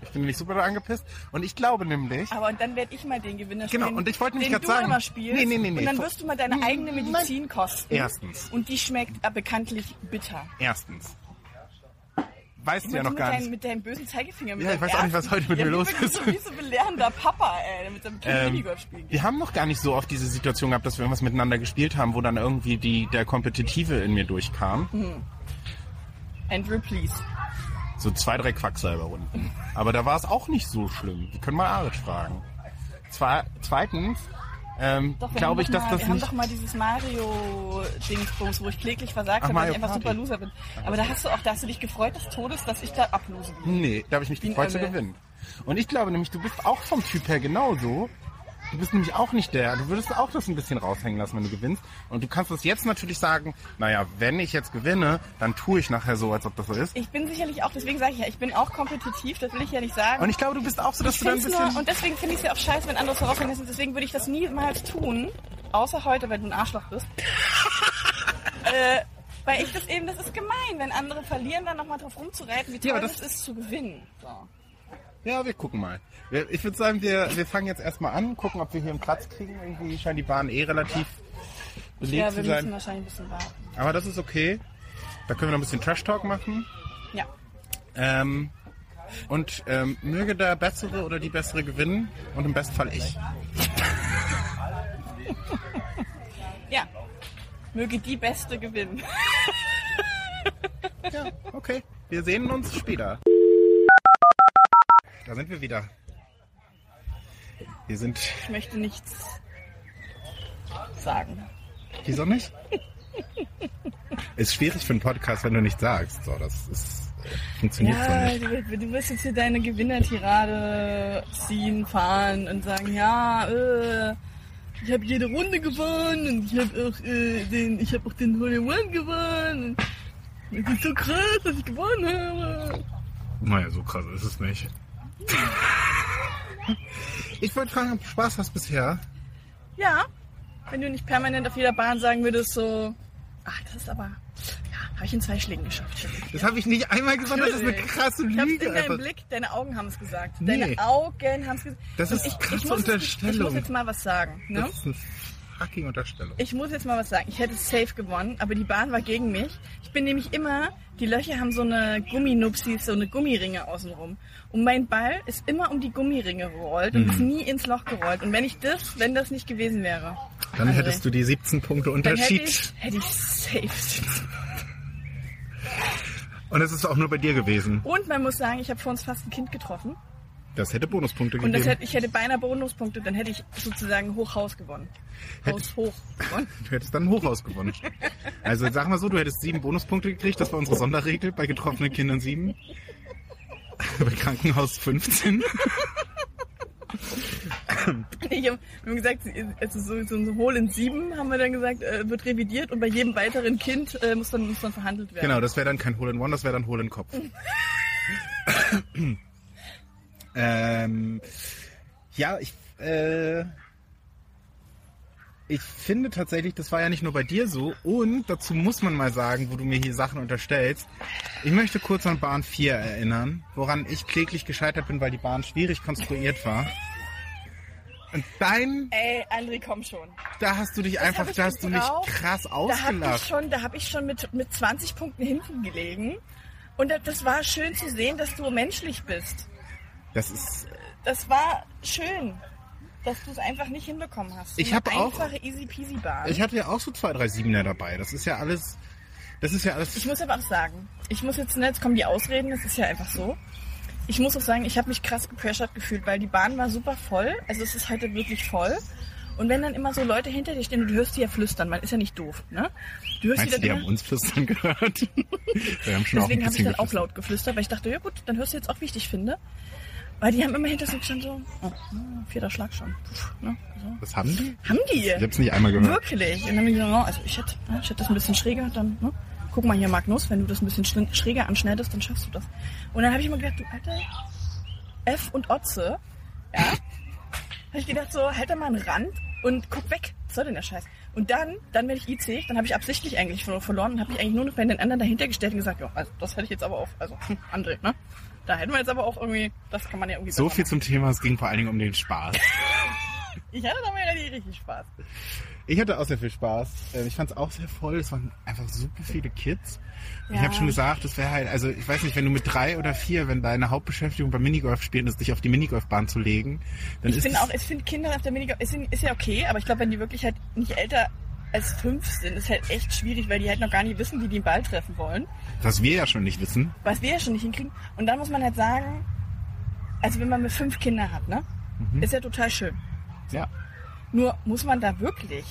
Speaker 1: Ich bin nicht super doll angepisst. Und ich glaube nämlich.
Speaker 2: Aber und dann werde ich mal den Gewinner spielen.
Speaker 1: Genau, und ich wollte nämlich
Speaker 2: den
Speaker 1: grad
Speaker 2: du
Speaker 1: sagen-
Speaker 2: Immer spielst,
Speaker 1: Nee, nee, nee, nee.
Speaker 2: Und dann wirst du mal deine eigene
Speaker 1: Nein.
Speaker 2: Medizin kosten.
Speaker 1: Erstens.
Speaker 2: Und die schmeckt äh, bekanntlich bitter.
Speaker 1: Erstens. Weißt du
Speaker 2: Immer
Speaker 1: ja
Speaker 2: du
Speaker 1: noch
Speaker 2: mit,
Speaker 1: gar
Speaker 2: deinen,
Speaker 1: nicht.
Speaker 2: mit deinem bösen Zeigefinger. Mit
Speaker 1: Ja, ich
Speaker 2: deinem
Speaker 1: weiß auch nicht, was
Speaker 2: ersten-
Speaker 1: heute mit
Speaker 2: ja,
Speaker 1: mir
Speaker 2: wie
Speaker 1: los
Speaker 2: so- wie
Speaker 1: ist.
Speaker 2: So, (laughs) wie so ein belehrender Papa, ey, mit seinem Kind
Speaker 1: Ähm,
Speaker 2: Minigolf spielen. geht.
Speaker 1: wir haben noch gar nicht so oft die Situation gehabt, dass wir irgendwas miteinander gespielt haben, wo dann irgendwie die, der Kompetitive in mir durchkam.
Speaker 2: Mhm. Andrew, please.
Speaker 1: So zwei, drei Quacksalberrunden. Aber da war es auch nicht so schlimm. Wir können mal Arit fragen. Zwar, zweitens ähm,
Speaker 2: Doch, wir haben
Speaker 1: glaube ich,
Speaker 2: doch
Speaker 1: dass
Speaker 2: mal,
Speaker 1: das
Speaker 2: Wir haben
Speaker 1: nicht...
Speaker 2: doch mal dieses Mario-Dingsbums, wo ich kläglich versagt
Speaker 1: Ach,
Speaker 2: habe, weil
Speaker 1: Mario
Speaker 2: ich einfach
Speaker 1: Party.
Speaker 2: super Loser bin. Aber da hast du auch, da hast du dich gefreut des Todes, dass ich da ablose bin.
Speaker 1: Nee, da habe ich mich
Speaker 2: Wie ein
Speaker 1: gefreut zu
Speaker 2: Ömmel.
Speaker 1: gewinnen. Und ich glaube nämlich, du bist auch vom Typ her genauso. Du bist nämlich auch nicht der. Du würdest auch das ein bisschen raushängen lassen, wenn du gewinnst. Und du kannst das jetzt natürlich sagen, naja, wenn ich jetzt gewinne, dann tue ich nachher so, als ob das so ist.
Speaker 2: Ich bin sicherlich auch, deswegen sage ich ja, ich bin auch kompetitiv, das will ich ja nicht sagen.
Speaker 1: Und ich glaube, du bist auch so, dass
Speaker 2: Ich
Speaker 1: du dann ein
Speaker 2: find's nur,
Speaker 1: bisschen...
Speaker 2: und deswegen finde ich es ja auch scheiße, wenn andere vorausgehen lassen. Deswegen würde ich das niemals tun. Außer heute, wenn du ein Arschloch
Speaker 1: (laughs)
Speaker 2: bist. äh, weil ich das eben, das ist gemein, wenn andere verlieren, dann nochmal drauf rumzureiten, wie toll
Speaker 1: Ja, aber
Speaker 2: das,
Speaker 1: das-
Speaker 2: ist zu gewinnen. So.
Speaker 1: Ja, wir gucken mal. Wir- Ich würde sagen, wir, wir fangen jetzt erstmal an, gucken, ob wir hier einen Platz kriegen. Irgendwie scheint die Bahn eh relativ belegt
Speaker 2: Ja, wir
Speaker 1: zu
Speaker 2: müssen
Speaker 1: sein.
Speaker 2: wahrscheinlich ein bisschen warten.
Speaker 1: Aber das ist okay. Da können wir noch ein bisschen Trash-Talk machen.
Speaker 2: Ja.
Speaker 1: Ähm, und ähm, möge der Bessere oder die Bessere gewinnen und im Bestfall ich.
Speaker 2: Ja. Möge die Beste gewinnen.
Speaker 1: Ja, okay. Wir sehen uns später. Da sind wir wieder. Wir sind.
Speaker 2: Ich möchte nichts sagen.
Speaker 1: Wieso nicht? Ist schwierig für einen Podcast, wenn du nichts sagst. So, das ist, äh, funktioniert so
Speaker 2: Ja,
Speaker 1: nicht.
Speaker 2: du, du wirst jetzt hier deine Gewinnertirade ziehen, fahren und sagen, ja, äh, ich habe jede Runde gewonnen und ich habe auch äh, den, ich habe auch den Hole in One gewonnen. Und es ist so krass, dass ich gewonnen habe.
Speaker 3: Naja, so krass ist es nicht.
Speaker 1: Ich wollte fragen, ob du Spaß hast bisher.
Speaker 2: Ja, wenn du nicht permanent auf jeder Bahn sagen würdest, so, ach, das ist aber, ja, habe ich in zwei Schlägen geschafft.
Speaker 1: Das habe ich nicht einmal gesagt, das ist eine
Speaker 2: Natürlich.
Speaker 1: krasse
Speaker 2: Ich hab's in
Speaker 1: Lüge. Also,
Speaker 2: deinem
Speaker 1: einfach.
Speaker 2: Blick, deine Augen haben es gesagt.
Speaker 1: Nee.
Speaker 2: Deine Augen haben es gesagt.
Speaker 1: Das
Speaker 2: Und
Speaker 1: ist
Speaker 2: ich
Speaker 1: krasse
Speaker 2: muss jetzt- Ich muss
Speaker 1: Unterstellung.
Speaker 2: jetzt mal was sagen. Ne?
Speaker 1: Das ist eine fucking Unterstellung.
Speaker 2: Ich muss jetzt mal was sagen. Ich hätte safe gewonnen, aber die Bahn war gegen mich. Ich bin nämlich immer, die Löcher haben so eine Gumminupsis, so eine Gummiringe außenrum. Und mein Ball ist immer um die Gummiringe gerollt und
Speaker 1: Mhm.
Speaker 2: ist nie ins Loch gerollt. Und wenn ich das, wenn das nicht gewesen wäre,
Speaker 1: Dann
Speaker 2: André,
Speaker 1: hättest du die 17 Punkte
Speaker 2: Also, dann hätte
Speaker 1: Unterschied.
Speaker 2: ich, hätte ich safe.
Speaker 1: Und das ist auch nur bei dir gewesen.
Speaker 2: Und man muss sagen, ich habe vor uns fast ein Kind getroffen.
Speaker 1: Das hätte Bonuspunkte
Speaker 2: Und
Speaker 1: gegeben.
Speaker 2: das hätte, ich hätte beinahe Bonuspunkte, dann hätte ich sozusagen Hochhaus gewonnen. Haus hoch gewonnen.
Speaker 1: du hättest dann ein Hochhaus gewonnen.
Speaker 2: (laughs)
Speaker 1: Also sag mal so, du hättest sieben Bonuspunkte gekriegt. Das war unsere Sonderregel bei getroffenen Kindern sieben. (laughs) bei Krankenhaus 15.
Speaker 2: Nee, ich hab, wir haben gesagt, also so, so ein Hohl in sieben, haben wir dann gesagt, äh, wird revidiert und bei jedem weiteren Kind äh, muss, dann, muss dann verhandelt werden.
Speaker 1: Genau, das wäre dann kein Hole in One, das wäre dann Hole in
Speaker 2: (laughs)
Speaker 1: Kopf. ähm, ja, ich... Äh, ich finde tatsächlich, das war ja nicht nur bei dir so. Und dazu muss man mal sagen, wo du mir hier Sachen unterstellst. Ich möchte kurz an Bahn 4 erinnern, woran ich kläglich gescheitert bin, weil die Bahn schwierig konstruiert war. Und dein,
Speaker 2: Ey, André, komm schon.
Speaker 1: da hast du dich einfach,
Speaker 2: hab ich
Speaker 1: da hast du mich
Speaker 2: gebraucht.
Speaker 1: krass
Speaker 2: Da habe ich
Speaker 1: ausgelacht.
Speaker 2: schon, da hab ich schon mit, mit 20 Punkten hinten gelegen. Und das- das war schön zu sehen, dass du menschlich bist.
Speaker 1: Das ist,
Speaker 2: Das war schön, dass du es einfach nicht hinbekommen hast.
Speaker 1: Ich
Speaker 2: Eine
Speaker 1: hab auch-
Speaker 2: einfache easy peasy Bahn.
Speaker 1: ich hatte ja auch so zwei, drei Siebener dabei. Das ist ja alles, das ist ja alles.
Speaker 2: Ich muss aber auch sagen, ich muss jetzt, ne, jetzt kommen die Ausreden, das ist ja einfach so. Ich muss auch sagen, ich habe mich krass gepressured gefühlt, weil die Bahn war super voll. Also es ist heute wirklich voll. Und wenn dann immer so Leute hinter dir stehen und du hörst die ja flüstern, man ist ja nicht doof, ne? Du hörst
Speaker 1: Meinst du,
Speaker 2: die
Speaker 1: die
Speaker 2: dann
Speaker 1: haben
Speaker 2: immer,
Speaker 1: uns flüstern
Speaker 2: (laughs)
Speaker 1: gehört? Wir haben schon auch ein
Speaker 2: deswegen habe
Speaker 1: bisschen
Speaker 2: ich dann auch
Speaker 1: geflüstert.
Speaker 2: laut geflüstert, weil ich dachte, ja gut, dann hörst du jetzt auch, wie ich dich finde. Weil die haben immer hinter sich schon so, oh, oh, vierter Schlag schon. Puh, ne? so.
Speaker 1: Was haben die?
Speaker 2: Haben die?
Speaker 1: Ich hab's nicht einmal gehört.
Speaker 2: Wirklich? Und dann haben wir gesagt, no, also ich hätte, ne, ich hätte das ein bisschen schräger, dann, ne? guck mal hier, Magnus, wenn du das ein bisschen schrä- schräger anschneidest, dann schaffst du das. Und dann habe ich mir gedacht, du Alter, F und Otze, ja, habe ich gedacht so, halt da mal einen Rand und guck weg, was soll denn der Scheiß? Und dann, dann wenn ich IC, dann habe ich absichtlich eigentlich ver- verloren und habe ich eigentlich nur noch bei den anderen dahinter gestellt und gesagt, ja, also das hätte ich jetzt aber auch, also hm, André, ne? Da hätten wir jetzt aber auch irgendwie, das kann man ja irgendwie
Speaker 1: So
Speaker 2: besser
Speaker 1: viel zum Thema, es ging vor allen Dingen um den Spaß.
Speaker 2: machen. Ich hatte damit richtig, richtig Spaß.
Speaker 1: Ich hatte auch sehr viel Spaß. Äh, Ich fand es auch sehr voll. Es waren einfach super viele Kids. Und Ich
Speaker 2: Ja.
Speaker 1: habe schon gesagt, es wäre halt, also ich weiß nicht, wenn du mit drei oder vier, wenn deine Hauptbeschäftigung beim Minigolf spielen ist, dich auf die Minigolfbahn zu legen, dann
Speaker 2: Ich
Speaker 1: ist
Speaker 2: finde
Speaker 1: es-
Speaker 2: auch, ich finde Kinder auf der Minigolf ist, ist ja okay, aber ich glaube, wenn die wirklich halt nicht älter als fünf sind, ist halt echt schwierig, weil die halt noch gar nicht wissen, wie die den Ball treffen wollen.
Speaker 1: was wir ja schon nicht wissen.
Speaker 2: Was wir ja schon nicht hinkriegen. Und dann muss man halt sagen, also wenn man mit fünf Kinder hat, ne? Ist ja total schön.
Speaker 1: Ja.
Speaker 2: Nur muss man da wirklich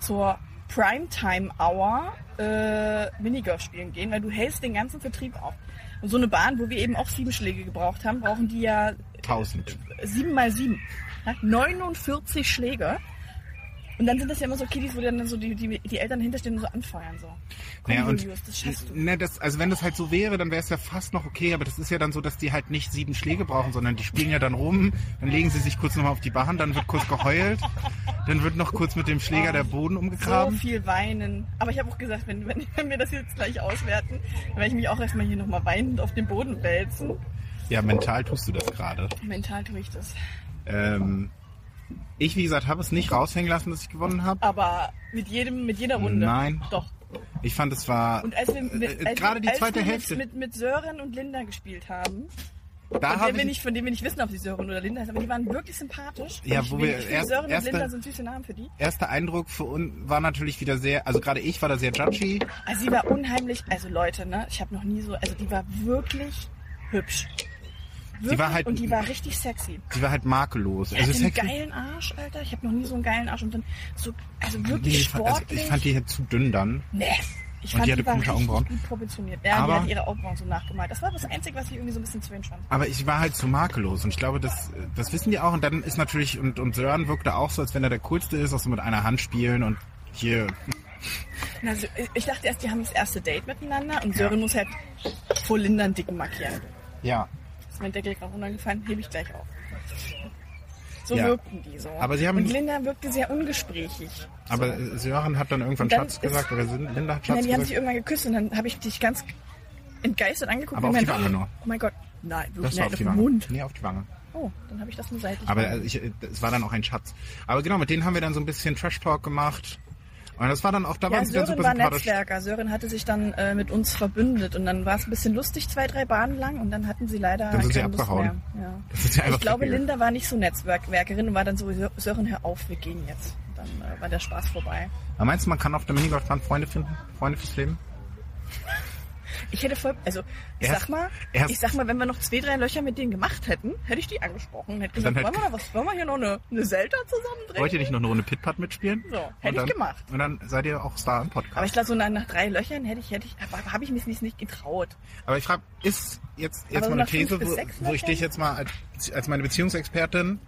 Speaker 2: zur Primetime Hour äh, Minigolf spielen gehen, weil du hältst den ganzen Vertrieb auf. Und so eine Bahn, wo wir eben auch sieben Schläge gebraucht haben, brauchen die ja
Speaker 1: Tausend.
Speaker 2: 7 mal 7. Ja, 49 Schläge. Und dann sind das ja immer so Kiddies, wo dann so die, die, die Eltern hinterstehen und so anfeuern. So. Komm,
Speaker 1: Naja, und
Speaker 2: Julius, das schaffst du.
Speaker 1: ne, das, also wenn das halt so wäre, dann wäre es ja fast noch okay, aber das ist ja dann so, dass die halt nicht sieben Schläge brauchen, sondern die spielen ja dann rum, dann legen sie sich kurz nochmal auf die Bahn, dann wird kurz geheult, dann wird noch kurz mit dem Schläger der Boden
Speaker 2: So
Speaker 1: umgegraben.
Speaker 2: viel weinen. Aber ich habe auch gesagt, wenn, wenn, wenn wir das jetzt gleich auswerten, dann werde ich mich auch erstmal hier nochmal weinend auf den Boden wälzen.
Speaker 1: Ja, mental tust du das gerade.
Speaker 2: Mental tue ich das.
Speaker 1: Ähm, ich, wie gesagt, habe es nicht raushängen lassen, dass ich gewonnen habe.
Speaker 2: Aber mit jedem, mit jeder Runde.
Speaker 1: Nein.
Speaker 2: Doch.
Speaker 1: Ich fand, es war.
Speaker 2: Und als wir,
Speaker 1: Äh,
Speaker 2: mit,
Speaker 1: äh,
Speaker 2: als
Speaker 1: gerade die
Speaker 2: als
Speaker 1: zweite
Speaker 2: wir
Speaker 1: Hälfte.
Speaker 2: Mit, mit, mit Sören und Linda gespielt haben,
Speaker 1: da
Speaker 2: von, dem
Speaker 1: habe
Speaker 2: wir
Speaker 1: Ah, ich.
Speaker 2: nicht, von dem wir nicht wissen, ob sie Sören oder Linda ist, aber die waren wirklich sympathisch.
Speaker 1: Ja,
Speaker 2: Und ich
Speaker 1: wo
Speaker 2: will-
Speaker 1: wir
Speaker 2: ich finde,
Speaker 1: erst-
Speaker 2: Sören und
Speaker 1: erste-
Speaker 2: Linda sind süße Namen für die.
Speaker 1: Erster Eindruck für uns war natürlich wieder sehr. Also gerade ich war da sehr judgy.
Speaker 2: Also sie war unheimlich, also Leute, ne, ich habe noch nie so, also die war wirklich hübsch. Wirklich,
Speaker 1: war halt-
Speaker 2: und die war richtig sexy.
Speaker 1: Sie war halt makellos.
Speaker 2: Die also hatte einen
Speaker 1: sexy-
Speaker 2: geilen Arsch, Alter. Ich habe noch nie so einen geilen Arsch und dann so, also
Speaker 1: Nee,
Speaker 2: wirklich
Speaker 1: ich fand, also
Speaker 2: sportlich.
Speaker 1: ich fand die halt zu dünn dann.
Speaker 2: nee. Ich
Speaker 1: Und
Speaker 2: fand,
Speaker 1: die hatte
Speaker 2: war
Speaker 1: komische
Speaker 2: richtig
Speaker 1: Augenbrauen.
Speaker 2: gut proportioniert. Ja,
Speaker 1: Aber-
Speaker 2: die hat ihre Augenbrauen so nachgemalt. Das war das Einzige, was ich irgendwie so ein bisschen strange fand.
Speaker 1: Aber ich war halt zu makellos und ich glaube, das, das wissen die auch. Und dann ist natürlich, und, und Sören wirkte auch so, als wenn er der Coolste ist, auch so mit einer Hand spielen und hier.
Speaker 2: Na, so- ich dachte erst, die haben das erste Date miteinander und Sören muss halt vor Linda einen dicken markieren.
Speaker 1: Ja.
Speaker 2: Ist mein Deckel gerade runtergefallen, hebe ich gleich auf. So
Speaker 1: Ja.
Speaker 2: wirkten die so.
Speaker 1: Aber sie haben-
Speaker 2: und Linda wirkte sehr ungesprächig.
Speaker 1: Aber äh, Sören hat dann irgendwann
Speaker 2: Und dann
Speaker 1: Schatz
Speaker 2: ist-
Speaker 1: gesagt, oder Sin- Linda hat
Speaker 2: Nein,
Speaker 1: Schatz
Speaker 2: die haben sich
Speaker 1: gesagt.
Speaker 2: irgendwann geküsst und dann habe ich dich ganz entgeistert angeguckt.
Speaker 1: Aber
Speaker 2: und
Speaker 1: auf die
Speaker 2: gemeint,
Speaker 1: Wange nur.
Speaker 2: Oh mein Gott, nein,
Speaker 1: Das
Speaker 2: wirklich
Speaker 1: war
Speaker 2: nein,
Speaker 1: auf
Speaker 2: auf
Speaker 1: die
Speaker 2: den
Speaker 1: Wange.
Speaker 2: Mund.
Speaker 1: Nee, auf die Wange.
Speaker 2: Oh, dann habe ich das nur seitlich.
Speaker 1: Aber
Speaker 2: gemacht.
Speaker 1: also ich, äh, es war dann auch ein Schatz. Aber genau, mit denen haben wir dann so ein bisschen Trash Talk gemacht. Und das war dann auch, da
Speaker 2: ja,
Speaker 1: waren sie dann
Speaker 2: Sören
Speaker 1: super
Speaker 2: war
Speaker 1: sympathisch.
Speaker 2: Netzwerker. Sören hatte sich dann äh, mit uns verbündet und dann war es ein bisschen lustig, zwei, drei Bahnen lang und dann hatten sie leider
Speaker 1: Dann sind sie
Speaker 2: keine Lust
Speaker 1: abgehauen.
Speaker 2: mehr.
Speaker 1: (laughs)
Speaker 2: Ja.
Speaker 1: Das ist ja einfach
Speaker 2: Ich glaube,
Speaker 1: weggegangen.
Speaker 2: Linda war nicht so Netzwerkerin und war dann so, Sören, hör auf, wir gehen jetzt. Und Dann äh, war der Spaß vorbei.
Speaker 1: Aber meinst du, man kann auf der Minigolfbahn Freunde finden? Freunde fürs Leben?
Speaker 2: Ich hätte voll, also ich
Speaker 1: Erst-
Speaker 2: sag mal,
Speaker 1: erst-
Speaker 2: ich sag mal, wenn wir noch zwei, drei Löcher mit denen gemacht hätten, hätte ich die angesprochen und hätte gesagt,
Speaker 1: Dann
Speaker 2: wollen
Speaker 1: hätte-
Speaker 2: wir da was, wollen wir hier noch eine, eine Zelda zusammen drehen?
Speaker 1: Wollt ihr nicht noch eine Runde Pitpat mitspielen?
Speaker 2: So, hätte
Speaker 1: Und
Speaker 2: ich
Speaker 1: dann,
Speaker 2: gemacht.
Speaker 1: Und dann seid ihr auch Star im Podcast.
Speaker 2: Aber ich glaube, so nach, nach drei Löchern hätte ich, hätte ich, habe hab ich mich nicht, nicht getraut.
Speaker 1: Aber ich frage, ist jetzt, jetzt
Speaker 2: Aber so
Speaker 1: mal eine
Speaker 2: nach fünf
Speaker 1: These,
Speaker 2: bis
Speaker 1: wo,
Speaker 2: sechs
Speaker 1: wo ich
Speaker 2: Löchern?
Speaker 1: dich jetzt mal als, als meine Beziehungsexpertin,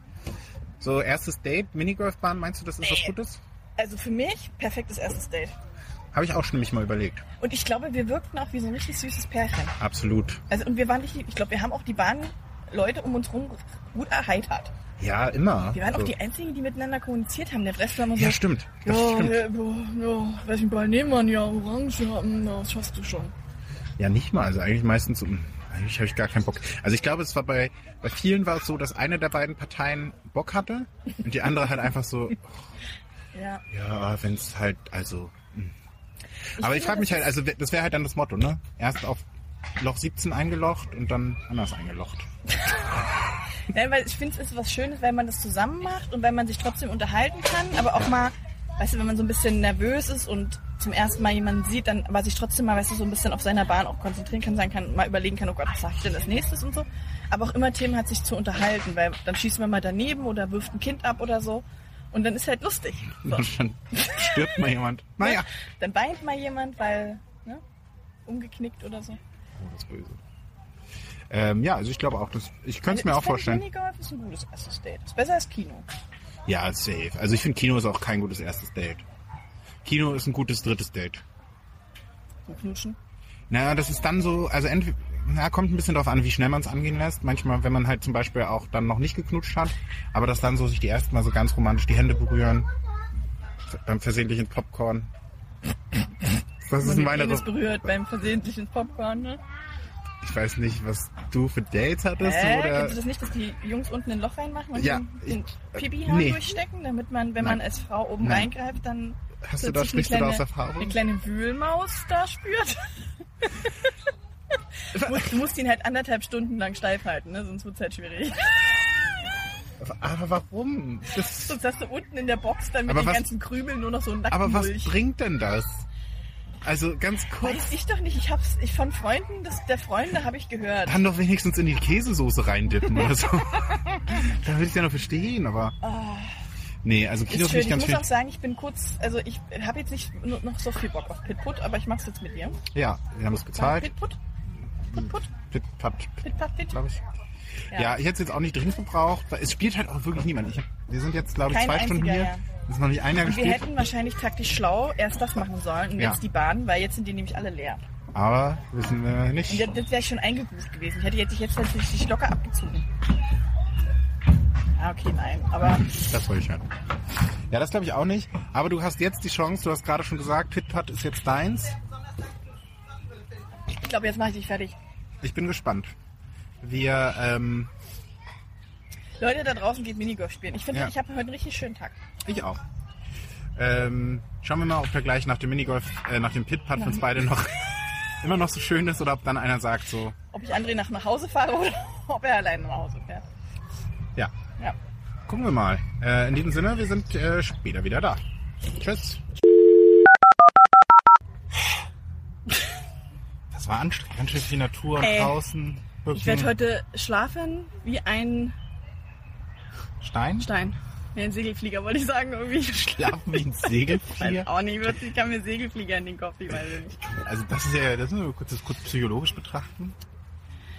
Speaker 1: so erstes Date, Minigolfbahn, meinst du, das ist was
Speaker 2: Nee.
Speaker 1: Gutes?
Speaker 2: Also für mich, perfektes erstes Date.
Speaker 1: Habe ich auch schon mich mal überlegt.
Speaker 2: Und ich glaube, wir wirkten auch wie so ein richtig süßes Pärchen.
Speaker 1: Absolut.
Speaker 2: Also und wir waren richtig, ich glaube, wir haben auch die Bahn Leute um uns rum gut erheitert.
Speaker 1: Ja, immer.
Speaker 2: Wir waren
Speaker 1: So.
Speaker 2: auch die Einzigen, die miteinander kommuniziert haben. Der Rest war immer so,
Speaker 1: ja, stimmt. Das
Speaker 2: ja,
Speaker 1: stimmt.
Speaker 2: ja, ja, welchen Ball nehmen wir? denn? Ja, Orange, ja, mm, das schaffst du schon.
Speaker 1: Ja, nicht mal. Also eigentlich meistens, mm, eigentlich habe ich gar keinen Bock. Also ich glaube, es war bei, bei vielen war es so, dass eine der beiden Parteien Bock hatte und die andere halt einfach so,
Speaker 2: Ja.
Speaker 1: ja, wenn es halt, also. mm. Aber ich
Speaker 2: finde,
Speaker 1: frage mich
Speaker 2: das
Speaker 1: halt, also das wäre halt dann das Motto, ne? Erst auf Loch 17 eingelocht und dann anders
Speaker 2: (laughs)
Speaker 1: eingelocht.
Speaker 2: Nein, weil ich finde, es ist was Schönes, wenn man das zusammen macht und wenn man sich trotzdem unterhalten kann, aber auch mal, weißt du, wenn man so ein bisschen nervös ist und zum ersten Mal jemanden sieht, dann aber sich trotzdem mal, weißt du, so ein bisschen auf seiner Bahn auch konzentrieren kann, sein kann, mal überlegen kann, oh Gott, was sag ich denn als nächstes und so. Aber auch immer Themen hat sich zu unterhalten, weil dann schießt man mal daneben oder wirft ein Kind ab oder so. Und dann ist halt lustig. So. Ne?
Speaker 1: Und dann stirbt mal jemand. (laughs) Naja.
Speaker 2: Dann weint mal jemand, weil, ne, umgeknickt oder so.
Speaker 1: Oh, das Böse. Ähm, ja, also ich glaube auch, das, ich könnte es mir
Speaker 2: Ich
Speaker 1: auch
Speaker 2: find,
Speaker 1: vorstellen.
Speaker 2: Minigolf ist ein gutes erstes Date. Ist besser als Kino.
Speaker 1: Ja, safe. Also ich finde, Kino ist auch kein gutes erstes Date. Kino ist ein gutes drittes Date.
Speaker 2: So knutschen.
Speaker 1: Naja, das ist dann so, also entweder, na, kommt ein bisschen darauf an, wie schnell man es angehen lässt. Manchmal, wenn man halt zum Beispiel auch dann noch nicht geknutscht hat, aber dass dann so sich die ersten Mal so ganz romantisch die Hände berühren, ver- beim versehentlichen Popcorn. Das ist
Speaker 2: Und den
Speaker 1: meine,
Speaker 2: Penis berührt beim versehentlichen Popcorn, ne?
Speaker 1: ich weiß nicht, was du für Dates hattest
Speaker 2: Äh,
Speaker 1: oder.
Speaker 2: kennst du das nicht, dass die Jungs unten ein Loch reinmachen und
Speaker 1: Ja,
Speaker 2: den, den
Speaker 1: ich- äh,
Speaker 2: Pipi-Hahn
Speaker 1: nee.
Speaker 2: durchstecken, damit man, wenn
Speaker 1: Nein.
Speaker 2: man als Frau oben
Speaker 1: Nein.
Speaker 2: reingreift, dann
Speaker 1: Hast du da,
Speaker 2: plötzlich
Speaker 1: sprichst du da aus Erfahrung?
Speaker 2: eine kleine Wühlmaus
Speaker 1: (laughs)
Speaker 2: da spürt? du, musst, du musst ihn halt anderthalb Stunden lang steif halten, ne? sonst wird es halt schwierig. (laughs)
Speaker 1: Aber warum? Das,
Speaker 2: Sonst hast du unten in der Box dann mit
Speaker 1: Aber
Speaker 2: den
Speaker 1: was-
Speaker 2: ganzen Krümeln nur noch so einen nackten
Speaker 1: aber was
Speaker 2: Mulch.
Speaker 1: bringt denn das? Also ganz kurz.
Speaker 2: Weiß ich doch nicht, ich hab's ich von Freunden, das, der Freunde habe ich gehört.
Speaker 1: Dann doch wenigstens in die Käsesoße reindippen oder
Speaker 2: (laughs)
Speaker 1: so. da würde ich ja noch verstehen, aber. Nee, also Kino
Speaker 2: Ah.
Speaker 1: finde
Speaker 2: Ist schön.
Speaker 1: ich
Speaker 2: Ich
Speaker 1: ganz
Speaker 2: muss
Speaker 1: schön.
Speaker 2: auch sagen, ich bin kurz, also ich habe jetzt nicht nur noch so viel Bock auf Pitput, aber ich mach's jetzt mit dir.
Speaker 1: Ja, wir haben es bezahlt.
Speaker 2: Pitput? Pitput?
Speaker 1: Pit, pat, pit,
Speaker 2: Pitpat, Pit?
Speaker 1: glaube ich.
Speaker 2: Ja.
Speaker 1: Ja. ich hätte es jetzt auch nicht dringend gebraucht, weil es spielt halt auch wirklich niemand. Ich hab, wir sind jetzt, glaube ich,
Speaker 2: Kein
Speaker 1: zwei Stunden
Speaker 2: einziger,
Speaker 1: hier.
Speaker 2: ja.
Speaker 1: Es ist noch nicht einer
Speaker 2: Wir
Speaker 1: gespielt,
Speaker 2: hätten wahrscheinlich taktisch schlau erst das machen sollen und
Speaker 1: Ja.
Speaker 2: jetzt die Bahn, weil jetzt sind die nämlich alle leer.
Speaker 1: aber wissen wir nicht.
Speaker 2: Und jetzt- das wäre ich schon eingebußt gewesen. Ich hätte jetzt, ich hätte tatsächlich locker abgezogen. Ah, okay, nein. Aber
Speaker 1: Das wollte ich hören. Ja, das glaube ich auch nicht. Aber du hast jetzt die Chance, du hast gerade schon gesagt, Pitpat ist jetzt deins.
Speaker 2: ich glaube, jetzt mache ich dich fertig.
Speaker 1: Ich bin gespannt. Wir, ähm,
Speaker 2: Leute, da draußen geht Minigolf spielen. Ich finde,
Speaker 1: Ja.
Speaker 2: ich habe heute einen richtig schönen Tag.
Speaker 1: Ich auch. Ähm, schauen wir mal, ob wir gleich nach dem Minigolf, äh, nach dem Pit-Putt für uns beide noch (laughs) immer noch so schön ist oder ob dann einer sagt so,
Speaker 2: Ob ich André nach nach Hause fahre oder (laughs) ob er alleine nach Hause fährt.
Speaker 1: ja,
Speaker 2: Ja.
Speaker 1: gucken wir mal. Äh, in diesem Sinne, wir sind äh, später wieder da. Tschüss. Das war anstrengend. Ganz schön viel Natur und
Speaker 2: Ey,
Speaker 1: draußen.
Speaker 2: Äh, Ich
Speaker 1: Bücken.
Speaker 2: werde heute schlafen wie ein
Speaker 1: Stein?
Speaker 2: Stein. Nee, ein Segelflieger wollte ich sagen irgendwie.
Speaker 1: Schlafen
Speaker 2: (laughs)
Speaker 1: wie ein
Speaker 2: Ich weiß
Speaker 1: Segelflier.
Speaker 2: auch nicht, wirklich, ich kann mir Segelflieger in den Kopf, ich weiß es nicht.
Speaker 1: Also das ist ja, das müssen wir kurz, das kurz psychologisch betrachten.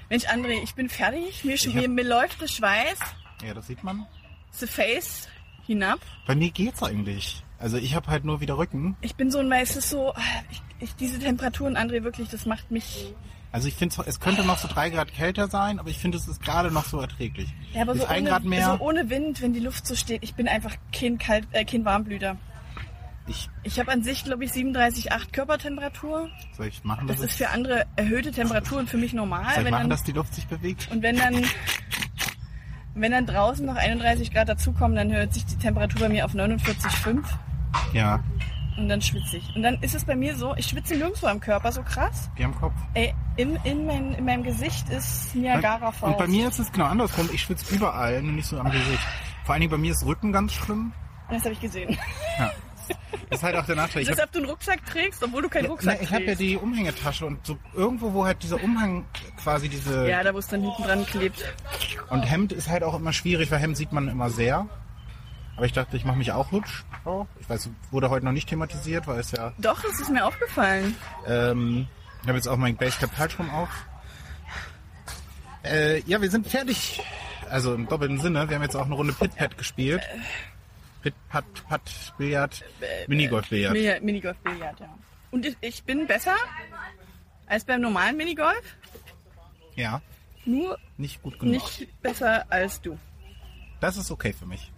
Speaker 2: Mensch, André, ich bin fertig. Mir,
Speaker 1: Ich hab-
Speaker 2: mir, mir läuft der Schweiß,
Speaker 1: Ja, das sieht man.
Speaker 2: the face hinab.
Speaker 1: Bei mir geht's eigentlich. Also ich habe halt nur wieder Rücken.
Speaker 2: Ich bin so ein weißes so, ah, ich, ich, diese Temperaturen, André, wirklich, das macht mich.
Speaker 1: Also ich finde, es könnte noch so drei Grad kälter sein, aber ich finde, es ist gerade noch so erträglich.
Speaker 2: Ja, aber
Speaker 1: ist
Speaker 2: so
Speaker 1: ein
Speaker 2: ohne,
Speaker 1: Grad mehr.
Speaker 2: so ohne Wind, wenn die Luft so steht, ich bin einfach kein, Kalt, äh, kein Warmblüter.
Speaker 1: ich,
Speaker 2: Ich habe an sich, glaube ich, 37,8 Körpertemperatur.
Speaker 1: soll ich machen,
Speaker 2: Das
Speaker 1: dass,
Speaker 2: ist
Speaker 1: es-
Speaker 2: für andere erhöhte Temperaturen für mich normal.
Speaker 1: Also soll ich
Speaker 2: wenn
Speaker 1: machen
Speaker 2: dann-
Speaker 1: dass die Luft sich bewegt?
Speaker 2: Und wenn dann, wenn dann draußen noch 31 Grad dazukommen, dann hört sich die Temperatur bei mir auf 49,5
Speaker 1: Ja,
Speaker 2: und dann schwitze ich. Und dann ist es bei mir so, ich schwitze nirgendwo am Körper so krass.
Speaker 1: wie am Kopf.
Speaker 2: Ey, in, in, mein, in meinem Gesicht ist Niagara Falls.
Speaker 1: und bei mir ist es genau andersrum. Ich schwitze überall, nur nicht so am Gesicht. Vor allen Dingen bei mir ist Rücken ganz schlimm.
Speaker 2: Und Das habe ich gesehen.
Speaker 1: Ja. Ist halt auch der Nachteil. Ich hab-
Speaker 2: Deshalb du einen Rucksack trägst, obwohl du keinen Rucksack
Speaker 1: Na, ich habe ja
Speaker 2: trägst.
Speaker 1: die Umhängetasche und so irgendwo, wo halt dieser Umhang quasi diese
Speaker 2: ja, da wo es dann hinten dran klebt.
Speaker 1: Und Hemd ist halt auch immer schwierig, weil Hemd sieht man immer sehr. Aber ich dachte, ich mache mich auch hübsch. Oh, Ich weiß, wurde heute noch nicht thematisiert, weil es ja.
Speaker 2: Doch, es ist mir aufgefallen.
Speaker 1: Ähm, ich habe jetzt auch mein Basecap falsch rum auf. Äh, ja, wir sind fertig. Also im doppelten Sinne. Wir haben jetzt auch eine Runde Pit-Pat gespielt. Pit-Pat, Pat, Billard, Minigolf-Billard.
Speaker 2: Mini- Minigolf-Billard, ja. Und ich, ich bin besser als beim normalen Minigolf.
Speaker 1: Ja.
Speaker 2: Nur
Speaker 1: Nicht gut genug.
Speaker 2: nicht besser als du.
Speaker 1: Das ist okay für mich.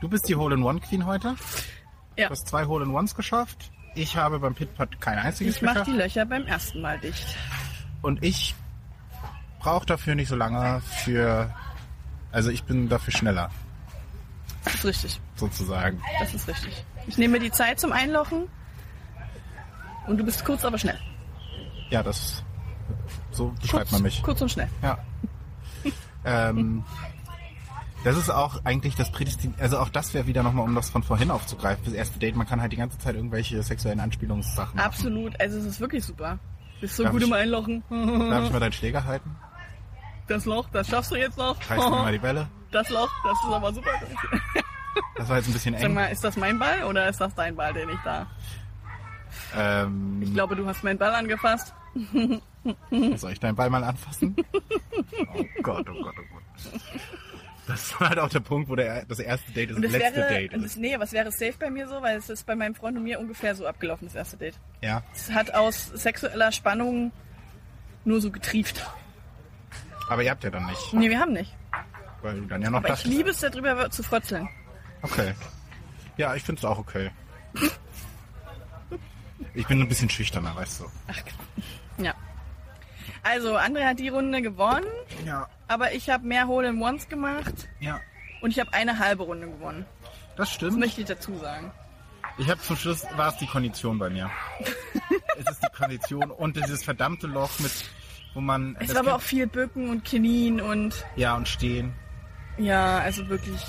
Speaker 1: Du bist die Hole-in-One-Queen heute.
Speaker 2: Ja.
Speaker 1: Du hast zwei Hole-in-Ones geschafft. Ich habe beim Pitpot kein einziges
Speaker 2: Ich mach
Speaker 1: geschafft.
Speaker 2: die Löcher beim ersten Mal dicht.
Speaker 1: Und ich brauche dafür nicht so lange für... Also ich bin dafür schneller,
Speaker 2: Das ist richtig.
Speaker 1: sozusagen.
Speaker 2: Das ist richtig. Ich nehme mir die Zeit zum Einlochen. Und du bist kurz, aber schnell.
Speaker 1: Ja, das... So beschreibt
Speaker 2: Kurz,
Speaker 1: man mich.
Speaker 2: kurz und schnell.
Speaker 1: Ja. ähm, das ist auch eigentlich das Prädestin... Also auch das wäre wieder nochmal, um das von vorhin aufzugreifen. Das erste Date, man kann halt die ganze Zeit irgendwelche sexuellen Anspielungssachen machen.
Speaker 2: Absolut. Also es ist wirklich super. Bist so
Speaker 1: Darf
Speaker 2: gut
Speaker 1: ich-
Speaker 2: im Einlochen. Hm,
Speaker 1: Darf ich mal deinen Schläger halten?
Speaker 2: Das Loch, das schaffst du jetzt noch. Hm,
Speaker 1: Reiß mir mal die Bälle.
Speaker 2: Das Loch, das ist aber super.
Speaker 1: Das war jetzt ein bisschen eng.
Speaker 2: Sag mal, ist das mein Ball oder ist das dein Ball, den ich da?
Speaker 1: Ähm,
Speaker 2: Ich glaube, du hast meinen Ball angefasst.
Speaker 1: Soll ich deinen Ball mal anfassen?
Speaker 2: (laughs)
Speaker 1: oh Gott, oh Gott, oh Gott. Das war halt auch der Punkt, wo der, das erste Date das
Speaker 2: Und das
Speaker 1: letzte
Speaker 2: wäre,
Speaker 1: Date
Speaker 2: und das,
Speaker 1: ist.
Speaker 2: nee, was wäre safe bei mir so, weil es ist bei meinem Freund und mir ungefähr so abgelaufen, das erste Date.
Speaker 1: Ja,
Speaker 2: Es hat aus sexueller Spannung nur so getrieft.
Speaker 1: aber ihr habt ja dann nicht,
Speaker 2: Nee, wir haben nicht.
Speaker 1: weil du dann ja noch
Speaker 2: Aber ich
Speaker 1: dachtest.
Speaker 2: liebe es, darüber zu frotzeln.
Speaker 1: Okay. Ja, ich find's auch okay. Ich bin ein bisschen schüchterner, weißt du.
Speaker 2: Ach, ja. Also, André hat die Runde gewonnen,
Speaker 1: Ja,
Speaker 2: aber ich habe mehr Hole-in-Ones gemacht
Speaker 1: ja.
Speaker 2: und ich habe eine halbe Runde gewonnen.
Speaker 1: Das
Speaker 2: Das
Speaker 1: stimmt.
Speaker 2: möchte ich dazu sagen.
Speaker 1: Ich habe zum Schluss war es die Kondition bei
Speaker 2: (laughs)
Speaker 1: mir. es ist die Kondition und dieses verdammte Loch mit, wo man das
Speaker 2: Es war aber
Speaker 1: kennt-
Speaker 2: auch viel Bücken und Knien und
Speaker 1: ja und stehen.
Speaker 2: ja, also wirklich.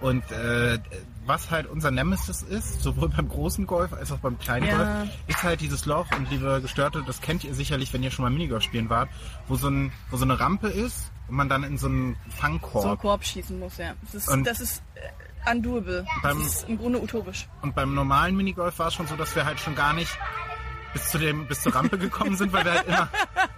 Speaker 1: Und äh, was halt unser Nemesis ist, sowohl beim großen Golf als auch beim kleinen
Speaker 2: Ja.
Speaker 1: Golf, ist halt dieses Loch. Und liebe Gestörte, das kennt ihr sicherlich, wenn ihr schon mal Minigolf spielen wart, wo so, ein, wo so eine Rampe ist und man dann in so einen Fangkorb.
Speaker 2: so einen Korb schießen muss, ja. Das ist,
Speaker 1: Und-
Speaker 2: das ist äh, undoable. Das
Speaker 1: Beim-
Speaker 2: ist im Grunde utopisch.
Speaker 1: und beim normalen Minigolf war es schon so, dass wir halt schon gar nicht bis zu dem bis zur Rampe gekommen sind, weil wir halt immer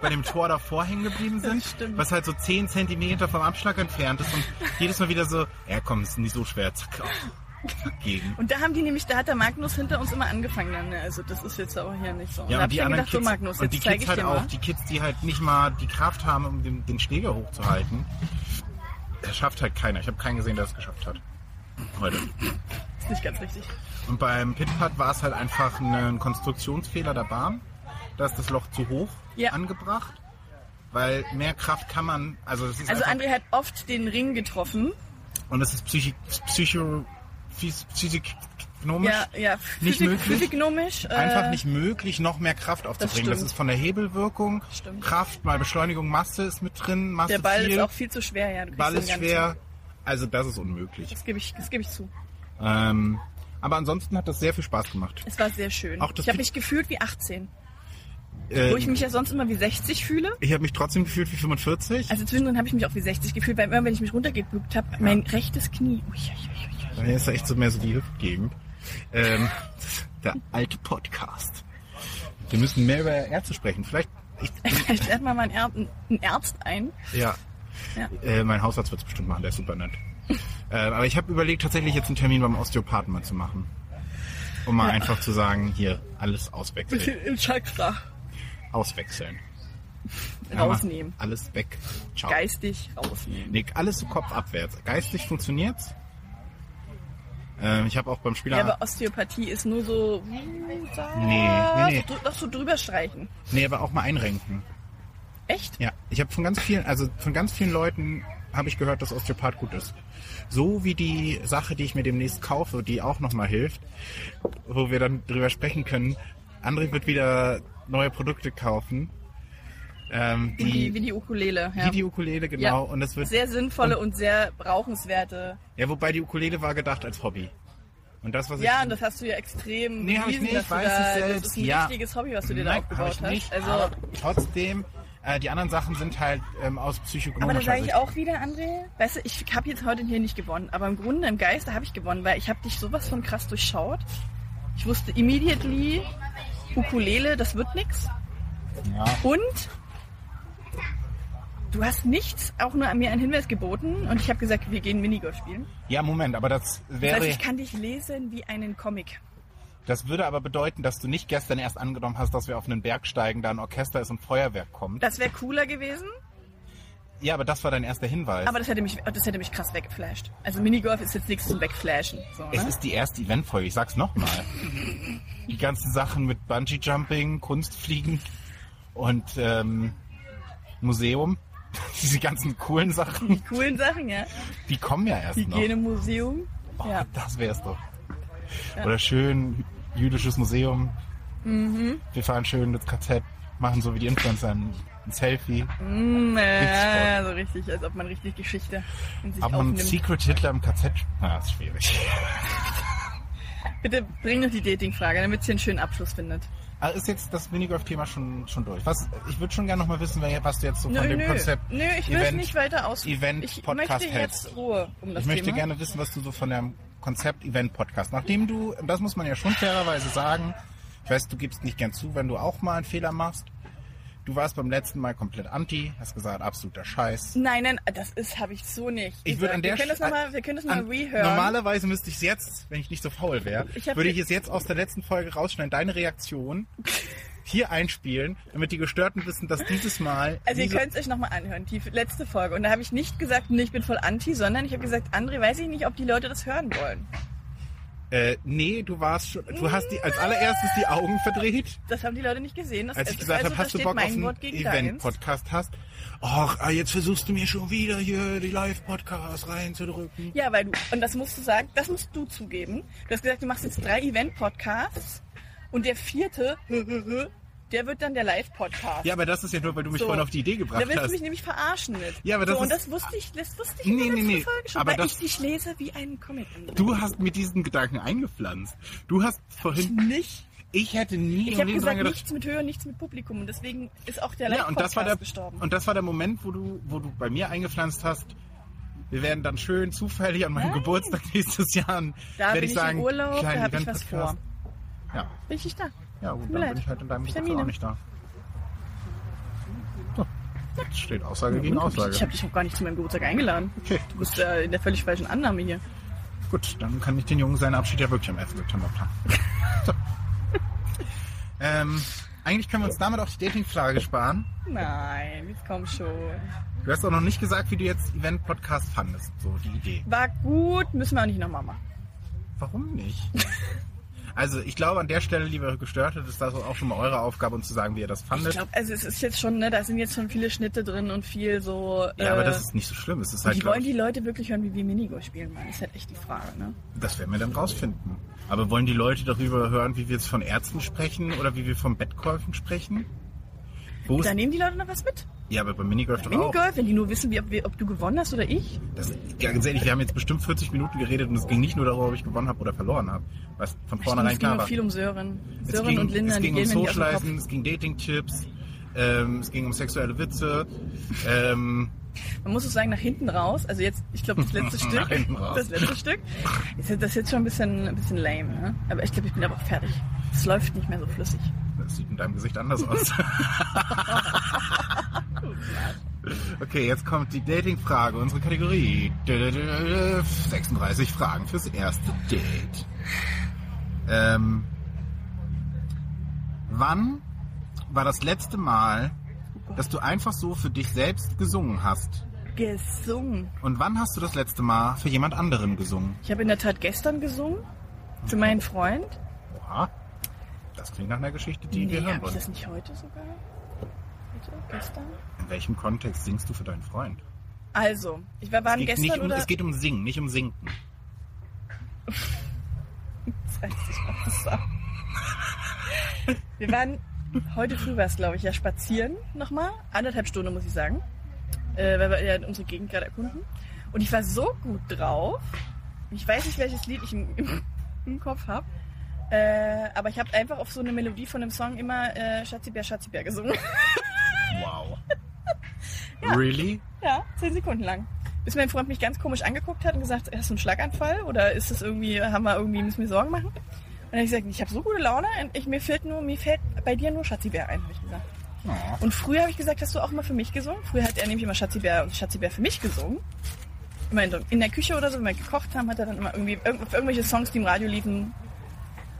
Speaker 1: bei dem Tor davor hängen geblieben sind,
Speaker 2: Das stimmt.
Speaker 1: was halt so 10 Zentimeter vom Abschlag entfernt ist und jedes Mal wieder so, ja komm, ist nicht so schwer, zack, zack gegen.
Speaker 2: Und da haben die nämlich, da hat der Magnus hinter uns immer angefangen. Dann, ne? Also das ist jetzt auch hier nicht so. Und da
Speaker 1: Ja,
Speaker 2: hab
Speaker 1: und
Speaker 2: ich
Speaker 1: die
Speaker 2: mir
Speaker 1: anderen
Speaker 2: gedacht, so
Speaker 1: Kids,
Speaker 2: Magnus,
Speaker 1: und die
Speaker 2: jetzt zeige
Speaker 1: Kids
Speaker 2: ich
Speaker 1: halt
Speaker 2: dir
Speaker 1: auch,
Speaker 2: mal.
Speaker 1: die Kids, die halt nicht mal die Kraft haben, um den, den Schläger hochzuhalten. Das schafft halt keiner. Ich habe keinen gesehen, der das geschafft hat. Heute.
Speaker 2: Das ist nicht ganz richtig.
Speaker 1: Und beim Pitpat war es halt einfach ein Konstruktionsfehler der Bahn. Da ist das Loch zu hoch
Speaker 2: Ja.
Speaker 1: angebracht. Weil mehr Kraft kann man, also das ist
Speaker 2: Also
Speaker 1: einfach,
Speaker 2: André hat oft den Ring getroffen.
Speaker 1: und das ist psychi, psycho, phys, physiknomisch
Speaker 2: Ja, ja,
Speaker 1: Nicht
Speaker 2: physik-
Speaker 1: möglich.
Speaker 2: physiknomisch. Äh,
Speaker 1: einfach nicht möglich, noch mehr Kraft aufzubringen. Das,
Speaker 2: stimmt.
Speaker 1: ist von der Hebelwirkung,
Speaker 2: Stimmt.
Speaker 1: Kraft mal Beschleunigung, Masse ist mit drin, Masse
Speaker 2: Der Ball
Speaker 1: viel,
Speaker 2: ist auch viel zu schwer, ja. Du kriegst
Speaker 1: Ball
Speaker 2: den
Speaker 1: ist
Speaker 2: ganzen-
Speaker 1: schwer. Also das ist unmöglich.
Speaker 2: Das gebe ich, das gebe ich zu.
Speaker 1: Ähm, aber ansonsten hat das sehr viel Spaß gemacht.
Speaker 2: Es war sehr schön.
Speaker 1: Auch das
Speaker 2: ich habe
Speaker 1: Pi-
Speaker 2: mich gefühlt wie 18. Wo ich
Speaker 1: Ähm,
Speaker 2: mich ja sonst immer wie 60 fühle.
Speaker 1: ich habe mich trotzdem gefühlt wie 45.
Speaker 2: Also zwischendrin habe ich mich auch wie 60 gefühlt, weil immer, wenn ich mich runtergebückt habe, mein rechtes Knie. Ui, ui, (laughs) ui, ui, ui.
Speaker 1: Bei mir ist da echt so mehr so die Hüftgegend. Ähm, der alte Podcast. Wir müssen mehr über Ärzte sprechen. Vielleicht, ich,
Speaker 2: Vielleicht lädt man mal einen, Ärz- einen Ärzt ein.
Speaker 1: ja. (laughs)
Speaker 2: Ja.
Speaker 1: Äh, mein Hausarzt wird es bestimmt machen, der ist super nett. Äh, aber ich habe überlegt, tatsächlich jetzt einen Termin beim Osteopathen mal zu machen. Um mal einfach zu sagen, hier, alles auswechseln.
Speaker 2: Bisschen im Chakra
Speaker 1: Auswechseln.
Speaker 2: rausnehmen.
Speaker 1: Ja, Alles weg. Ciao.
Speaker 2: Geistig rausnehmen.
Speaker 1: Nick, alles so kopfabwärts. Geistig funktioniert's. Ähm, ich habe auch beim Spieler.
Speaker 2: Ja, aber Osteopathie ist nur so. Nee,
Speaker 1: nee, nee.
Speaker 2: Noch so drüber streichen.
Speaker 1: nee, aber auch mal einrenken.
Speaker 2: Echt?
Speaker 1: Ja, ich habe von ganz vielen, also von ganz vielen Leuten habe ich gehört, dass Osteopath gut ist. So wie die Sache, die ich mir demnächst kaufe, die auch nochmal hilft, wo wir dann drüber sprechen können. André wird wieder neue Produkte kaufen. Ähm,
Speaker 2: Wie die, wie
Speaker 1: die,
Speaker 2: die Ukulele. Ja.
Speaker 1: wie die Ukulele, genau. Und das wird,
Speaker 2: sehr sinnvolle und, sehr brauchenswerte.
Speaker 1: ja, wobei die Ukulele war gedacht als Hobby. Und das, was
Speaker 2: Ja,
Speaker 1: ich,
Speaker 2: und das hast du ja extrem.
Speaker 1: Nee, hab ich
Speaker 2: bewiesen,
Speaker 1: nicht,
Speaker 2: dass du
Speaker 1: weiß
Speaker 2: da,
Speaker 1: ich
Speaker 2: Das ist
Speaker 1: selbst,
Speaker 2: ein
Speaker 1: ja.
Speaker 2: richtiges Hobby, was du dir da
Speaker 1: Nein,
Speaker 2: aufgebaut
Speaker 1: hab ich
Speaker 2: hast.
Speaker 1: nicht.
Speaker 2: also,
Speaker 1: aber
Speaker 2: aber,
Speaker 1: trotzdem, äh, die anderen Sachen sind halt ähm, aus psychologischer
Speaker 2: da sage
Speaker 1: Sicht.
Speaker 2: ich auch wieder, André, weißt du, ich habe jetzt heute hier nicht gewonnen, aber im Grunde im Geiste habe ich gewonnen, weil ich habe dich sowas von krass durchschaut. Ich wusste immediately, Ukulele, das wird nix.
Speaker 1: Ja.
Speaker 2: Und du hast nichts, auch nur an mir einen Hinweis geboten und ich habe gesagt, wir gehen Minigolf spielen.
Speaker 1: ja, Moment, aber das
Speaker 2: Das
Speaker 1: wäre.
Speaker 2: heißt, ich kann dich lesen wie einen Comic.
Speaker 1: Das würde aber bedeuten, dass du nicht gestern erst angenommen hast, dass wir auf einen Berg steigen, da ein Orchester ist und Feuerwerk kommt.
Speaker 2: Das wäre cooler gewesen.
Speaker 1: Ja, aber das war dein erster Hinweis.
Speaker 2: Aber das hätte mich, das hätte mich krass weggeflasht. Also Minigolf ist jetzt nichts zum Wegflashen. So,
Speaker 1: es
Speaker 2: ne?
Speaker 1: ist die erste Eventfolge, ich sag's
Speaker 2: (laughs)
Speaker 1: nochmal. die ganzen Sachen mit Bungee Jumping, Kunstfliegen und ähm, Museum. (laughs) Diese ganzen coolen Sachen,
Speaker 2: Die coolen Sachen, ja.
Speaker 1: die kommen ja erst noch.
Speaker 2: Hygienemuseum.
Speaker 1: Oh,
Speaker 2: Ja.
Speaker 1: Das wär's doch. Oder schön jüdisches Museum.
Speaker 2: Mhm.
Speaker 1: Wir fahren schön ins KZ, machen so wie die Influencer ein, ein Selfie,
Speaker 2: Mm,
Speaker 1: Witzvoll.
Speaker 2: äh, so richtig, als ob man richtig Geschichte in sich
Speaker 1: aber ein
Speaker 2: aufnimmt.
Speaker 1: Secret Hitler im KZ. Na, ist schwierig.
Speaker 2: Bitte bring noch die Dating-Frage, damit sie einen schönen Abschluss findet.
Speaker 1: Also ist jetzt das Minigolf-Thema schon, schon durch. Was, ich würde schon gerne nochmal wissen, wer- was du jetzt so von dem Konzept
Speaker 2: nö, ich will
Speaker 1: Event,
Speaker 2: nicht weiter aus.
Speaker 1: Event
Speaker 2: ich
Speaker 1: Podcast
Speaker 2: möchte
Speaker 1: hältst.
Speaker 2: jetzt Ruhe um das
Speaker 1: Ich möchte
Speaker 2: Thema.
Speaker 1: gerne wissen, was du so von deinem Konzept-Event-Podcast, nachdem du, und das muss man ja schon fairerweise sagen, ich weiß, du gibst nicht gern zu, wenn du auch mal einen Fehler machst. Du warst beim letzten Mal komplett anti, hast gesagt, absoluter Scheiß.
Speaker 2: Nein, nein, das ist habe ich so nicht.
Speaker 1: Ich würde an der
Speaker 2: wir können das
Speaker 1: Stelle-
Speaker 2: nochmal, wir können das noch mal
Speaker 1: An-
Speaker 2: rehören.
Speaker 1: Normalerweise müsste ich es jetzt, wenn ich nicht so faul wäre,
Speaker 2: Ich hab
Speaker 1: würde
Speaker 2: ge-
Speaker 1: ich es jetzt aus der letzten Folge rausschneiden, deine
Speaker 2: (laughs)
Speaker 1: Reaktion hier einspielen, damit die Gestörten wissen, dass dieses Mal
Speaker 2: also ihr
Speaker 1: diese-
Speaker 2: könnt es euch nochmal anhören, die letzte Folge. Und da habe ich nicht gesagt, nee, ich bin voll anti, sondern ich habe gesagt, André, weiß ich nicht, ob die Leute das hören wollen.
Speaker 1: Äh, nee, du warst schon. Du hast die als allererstes die Augen verdreht,
Speaker 2: Das haben die Leute nicht gesehen. Das
Speaker 1: als ich
Speaker 2: ist-
Speaker 1: gesagt
Speaker 2: also,
Speaker 1: habe,
Speaker 2: da
Speaker 1: hast du
Speaker 2: steht
Speaker 1: Bock auf
Speaker 2: mein
Speaker 1: einen
Speaker 2: Wort gegen deins.
Speaker 1: Event-Podcast hast. Och, ah, jetzt versuchst du mir schon wieder hier die Live-Podcast reinzudrücken.
Speaker 2: Ja, weil du, und das musst du sagen, das musst du zugeben. Du hast gesagt, du machst jetzt drei Event-Podcasts und der vierte, (laughs) der wird dann der Live-Podcast.
Speaker 1: Ja, aber das ist ja nur, weil du mich
Speaker 2: So.
Speaker 1: vorhin auf die Idee gebracht
Speaker 2: Da willst du
Speaker 1: hast.
Speaker 2: mich nämlich verarschen mit.
Speaker 1: Ja, aber das
Speaker 2: so, und
Speaker 1: ist-
Speaker 2: das wusste ich, das wusste ich
Speaker 1: Nee,
Speaker 2: in der
Speaker 1: nee,
Speaker 2: letzten
Speaker 1: nee.
Speaker 2: Folge schon,
Speaker 1: Aber
Speaker 2: weil
Speaker 1: das-
Speaker 2: ich dich lese wie einen Comic.
Speaker 1: Du hast mir diesen Gedanken eingepflanzt. Du hast vorhin.
Speaker 2: nicht.
Speaker 1: Ich hätte nie
Speaker 2: Ich
Speaker 1: im
Speaker 2: habe
Speaker 1: Leben dran
Speaker 2: gesagt,
Speaker 1: gedacht.
Speaker 2: nichts mit Hören, nichts mit Publikum. Und deswegen ist auch der
Speaker 1: Ja, und das
Speaker 2: Live-Podcast
Speaker 1: war der
Speaker 2: gestorben.
Speaker 1: und das war der Moment, wo du, wo du bei mir eingepflanzt hast. Wir werden dann schön zufällig an meinem
Speaker 2: Nein.
Speaker 1: Geburtstag (laughs) nächstes Jahr.
Speaker 2: da
Speaker 1: werde
Speaker 2: bin
Speaker 1: ich
Speaker 2: ich
Speaker 1: sagen,
Speaker 2: im Urlaub, da
Speaker 1: kleinen
Speaker 2: habe ich was
Speaker 1: Event-Podcast.
Speaker 2: vor.
Speaker 1: Ja,
Speaker 2: Bin ich nicht da?
Speaker 1: ja gut,
Speaker 2: Tut mir
Speaker 1: dann
Speaker 2: leid.
Speaker 1: bin ich halt in deinem Geburtstag
Speaker 2: Vitamine.
Speaker 1: auch nicht da. So. Jetzt steht Aussage gegen
Speaker 2: Und ich ich
Speaker 1: Aussage.
Speaker 2: habe dich auch gar nicht zu meinem Geburtstag eingeladen.
Speaker 1: Okay,
Speaker 2: Du bist äh, in der völlig falschen Annahme hier.
Speaker 1: gut, dann kann ich den Jungen seinen Abschied ja wirklich am 11. September
Speaker 2: (laughs)
Speaker 1: planen. so. ähm, eigentlich können wir uns damit auch die Dating-Frage sparen.
Speaker 2: Nein, jetzt komm schon.
Speaker 1: Du hast auch noch nicht gesagt, wie du jetzt Event-Podcast fandest, so die Idee.
Speaker 2: War gut, müssen wir auch nicht nochmal machen.
Speaker 1: Warum
Speaker 2: (laughs)
Speaker 1: nicht? Also ich glaube an der Stelle, liebe Gestörte, ist das auch schon mal eure Aufgabe, um zu sagen, wie ihr das
Speaker 2: Ich
Speaker 1: fandet.
Speaker 2: glaube, also es ist jetzt schon, ne, da sind jetzt schon viele Schnitte drin und viel so.
Speaker 1: ja, aber das ist nicht so schlimm. Es ist halt,
Speaker 2: äh, die
Speaker 1: glaub
Speaker 2: wollen
Speaker 1: ich,
Speaker 2: die Leute wirklich hören, wie wir Minigolf spielen, Mann. Das ist halt echt die Frage, ne?
Speaker 1: das werden wir dann rausfinden. Aber wollen die Leute darüber hören, wie wir jetzt von Ärzten sprechen oder wie wir von Bettkäufen sprechen? Wo ist,
Speaker 2: Da nehmen die Leute noch was mit.
Speaker 1: ja, aber beim Minigolf doch auch.
Speaker 2: Minigolf, wenn die nur wissen, wie, ob, wir, ob du gewonnen hast oder ich.
Speaker 1: Das, ja, ganz ehrlich, wir haben jetzt bestimmt 40 Minuten geredet und es ging nicht nur darüber, ob ich gewonnen habe oder verloren habe. Was von
Speaker 2: Stimmt,
Speaker 1: vornherein
Speaker 2: es ging
Speaker 1: klar
Speaker 2: auch
Speaker 1: war.
Speaker 2: viel um Sören.
Speaker 1: Es
Speaker 2: Sören
Speaker 1: ging,
Speaker 2: und Linda,
Speaker 1: es
Speaker 2: die
Speaker 1: ging
Speaker 2: gehen mir
Speaker 1: um
Speaker 2: nicht aus dem Kopf.
Speaker 1: Socializen, es ging Dating-Tipps, ähm, es ging um sexuelle Witze. Ähm,
Speaker 2: Man muss es sagen, nach hinten raus. Also jetzt, ich glaube, das
Speaker 1: (laughs)
Speaker 2: letzte Stück.
Speaker 1: Nach hinten raus.
Speaker 2: Das letzte Stück. Ist das jetzt schon ein bisschen, ein bisschen lame, ne? Aber ich glaube, ich bin aber auch fertig. Es läuft nicht mehr so flüssig.
Speaker 1: Das sieht in deinem Gesicht anders aus. (laughs) okay, jetzt kommt die Dating-Frage, unsere Kategorie. 36 Fragen fürs erste Date. Ähm, wann war das letzte Mal, dass du einfach so für dich selbst gesungen hast?
Speaker 2: Gesungen.
Speaker 1: Und wann hast du das letzte Mal für jemand anderen gesungen?
Speaker 2: Ich habe in der Tat gestern gesungen. Für meinen Freund.
Speaker 1: Oha, das klingt nach einer Geschichte, die wir
Speaker 2: Nee,
Speaker 1: hören
Speaker 2: habe ich
Speaker 1: wollen.
Speaker 2: das nicht heute sogar? Heute? Gestern?
Speaker 1: In welchem Kontext singst du für deinen Freund?
Speaker 2: Also, ich war, waren
Speaker 1: geht
Speaker 2: gestern
Speaker 1: nicht um,
Speaker 2: oder...
Speaker 1: Es geht um Singen, nicht um Sinken.
Speaker 2: Das heißt, ich mach das auch. Wir waren heute früh war es, glaube ich, ja spazieren nochmal. Anderthalb Stunden, muss ich sagen. Äh, weil wir ja unsere Gegend gerade erkunden. Und ich war so gut drauf. Ich weiß nicht, welches Lied ich im, im, im Kopf habe. Äh, aber ich habe einfach auf so eine Melodie von dem Song immer äh, Schatzibär, Schatzibär gesungen.
Speaker 1: Wow. Really?
Speaker 2: (laughs) Ja, zehn Sekunden lang. Bis mein Freund mich ganz komisch angeguckt hat und gesagt, hast du einen Schlaganfall oder ist das irgendwie, haben wir irgendwie, müssen wir Sorgen machen? Und dann hab ich gesagt, ich habe so gute Laune, und ich, mir fehlt nur, mir fällt bei dir nur Schatzibär ein, habe ich gesagt.
Speaker 1: Ja.
Speaker 2: Und früher habe ich gesagt, hast du auch mal für mich gesungen? Früher hat er nämlich immer Schatzibär und Schatzibär für mich gesungen. Immer in, in der Küche oder so, wenn wir gekocht haben, hat er dann immer irgendwie irg- auf irgendwelche Songs, die im Radio liefen,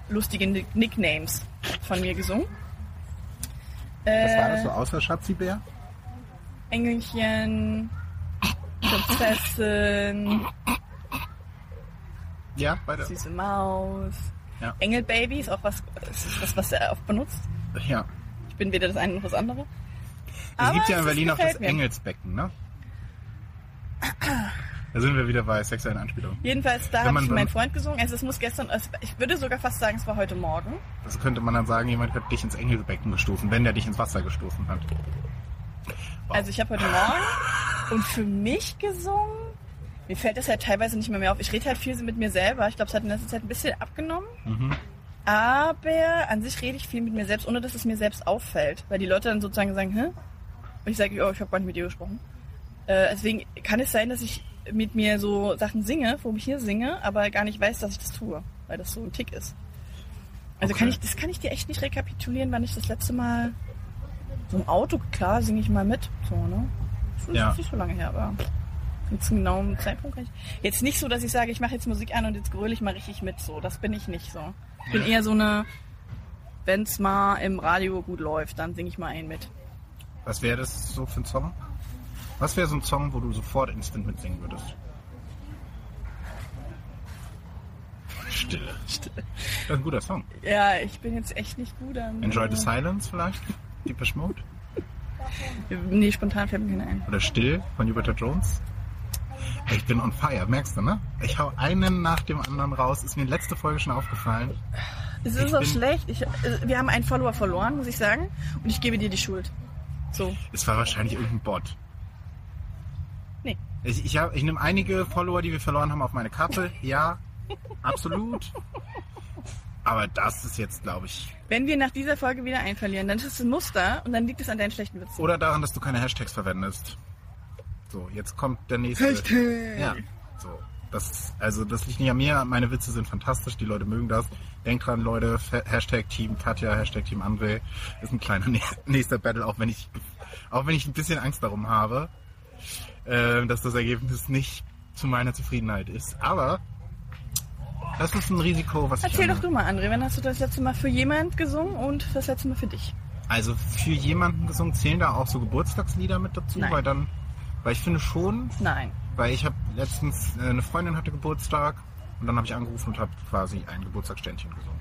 Speaker 2: lustige Nick- Nicknames von mir gesungen.
Speaker 1: Was war
Speaker 2: Äh,
Speaker 1: das so außer Schatzibär?
Speaker 2: Engelchen, Prinzessin,
Speaker 1: Ja, beide.
Speaker 2: süße Maus.
Speaker 1: Ja.
Speaker 2: Engelbaby ist auch was, es ist das, was er oft benutzt.
Speaker 1: Ja.
Speaker 2: Ich bin weder das eine noch das andere.
Speaker 1: Es gibt ja in
Speaker 2: ist-
Speaker 1: Berlin auch das
Speaker 2: gefällt mir.
Speaker 1: Engelsbecken, ne? Da sind wir wieder bei sexuellen Anspielungen.
Speaker 2: Jedenfalls,
Speaker 1: Wenn
Speaker 2: da habe
Speaker 1: man
Speaker 2: ich
Speaker 1: dann-
Speaker 2: meinen Freund gesungen. Also es muss gestern, es- ich würde sogar fast sagen, es war heute Morgen.
Speaker 1: Das Also könnte man dann sagen, jemand hat dich ins Engelsbecken gestoßen, wenn der dich ins Wasser gestoßen hat.
Speaker 2: Also ich habe heute Morgen und für mich gesungen. Mir fällt das halt teilweise nicht mehr, mehr auf. Ich rede halt viel mit mir selber. Ich glaube, es hat in letzter Zeit ein bisschen abgenommen.
Speaker 1: Mhm.
Speaker 2: Aber an sich rede ich viel mit mir selbst, ohne dass es mir selbst auffällt. Weil die Leute dann sozusagen sagen, hä? Und ich sage, oh, ich habe gar nicht mit dir gesprochen. Äh, deswegen kann es sein, dass ich mit mir so Sachen singe, wo ich hier singe, aber gar nicht weiß, dass ich das tue, weil das so ein Tick ist. Also
Speaker 1: Okay.
Speaker 2: kann ich, das kann ich dir echt nicht rekapitulieren, wann ich das letzte Mal so im Auto, klar, singe ich mal mit. So, ne? Das ist
Speaker 1: Ja.
Speaker 2: nicht so lange her, aber jetzt einen genauen Zeitpunkt kann ich. Jetzt nicht so, dass ich sage, ich mache jetzt Musik an und jetzt gröle ich mal richtig mit. So, das bin ich nicht so. Ich bin eher so eine, wenn's mal im Radio gut läuft, dann singe ich mal einen mit.
Speaker 1: Was wäre das so für ein Song? Was wäre so ein Song, wo du sofort instant mitsingen würdest? Stille. Stille. Das ist ein guter Song.
Speaker 2: Ja, ich bin jetzt echt nicht gut am.
Speaker 1: Enjoy the Silence vielleicht? Deepish Mode?
Speaker 2: Nee, spontan fällt mir keiner ein.
Speaker 1: Oder Still von Jupiter Jones? Ey, Ich bin on fire, merkst du, ne? Ich hau einen nach dem anderen raus. Ist mir letzte Folge schon aufgefallen.
Speaker 2: Es ist
Speaker 1: Ich
Speaker 2: auch
Speaker 1: bin-
Speaker 2: schlecht. Ich, äh, wir haben einen Follower verloren, muss ich sagen. Und ich gebe dir die Schuld. So.
Speaker 1: Es war wahrscheinlich irgendein Bot.
Speaker 2: Nee.
Speaker 1: Ich, ich, hab- ich nehme einige Follower, die wir verloren haben, auf meine Kappe. Ja, absolut. Aber das ist jetzt, glaube ich,
Speaker 2: Wenn wir nach dieser Folge wieder einen verlieren, dann ist es ein Muster und dann liegt es an deinen schlechten Witzen.
Speaker 1: Oder daran, dass du keine Hashtags verwendest. So, jetzt kommt der nächste.
Speaker 2: Hashtag.
Speaker 1: Ja. So. Das, also das liegt nicht an mir, meine Witze sind fantastisch, die Leute mögen das. Denkt dran, Leute, Fa- Hashtag Team Katja, Hashtag Team André ist ein kleiner (laughs) nä- nächster Battle, auch wenn ich auch wenn ich ein bisschen Angst darum habe, äh, dass das Ergebnis nicht zu meiner Zufriedenheit ist. Aber das ist ein Risiko, was
Speaker 2: Erzähl
Speaker 1: ich
Speaker 2: doch
Speaker 1: annehme.
Speaker 2: du mal, André, wann hast du das letzte Mal für jemand gesungen und das letzte Mal für dich?
Speaker 1: Also für jemanden gesungen zählen da auch so Geburtstagslieder mit dazu,
Speaker 2: Nein.
Speaker 1: weil dann, weil ich finde schon,
Speaker 2: Nein.
Speaker 1: weil ich habe letztens äh, eine Freundin hatte Geburtstag und dann habe ich angerufen und habe quasi ein Geburtstagsständchen gesungen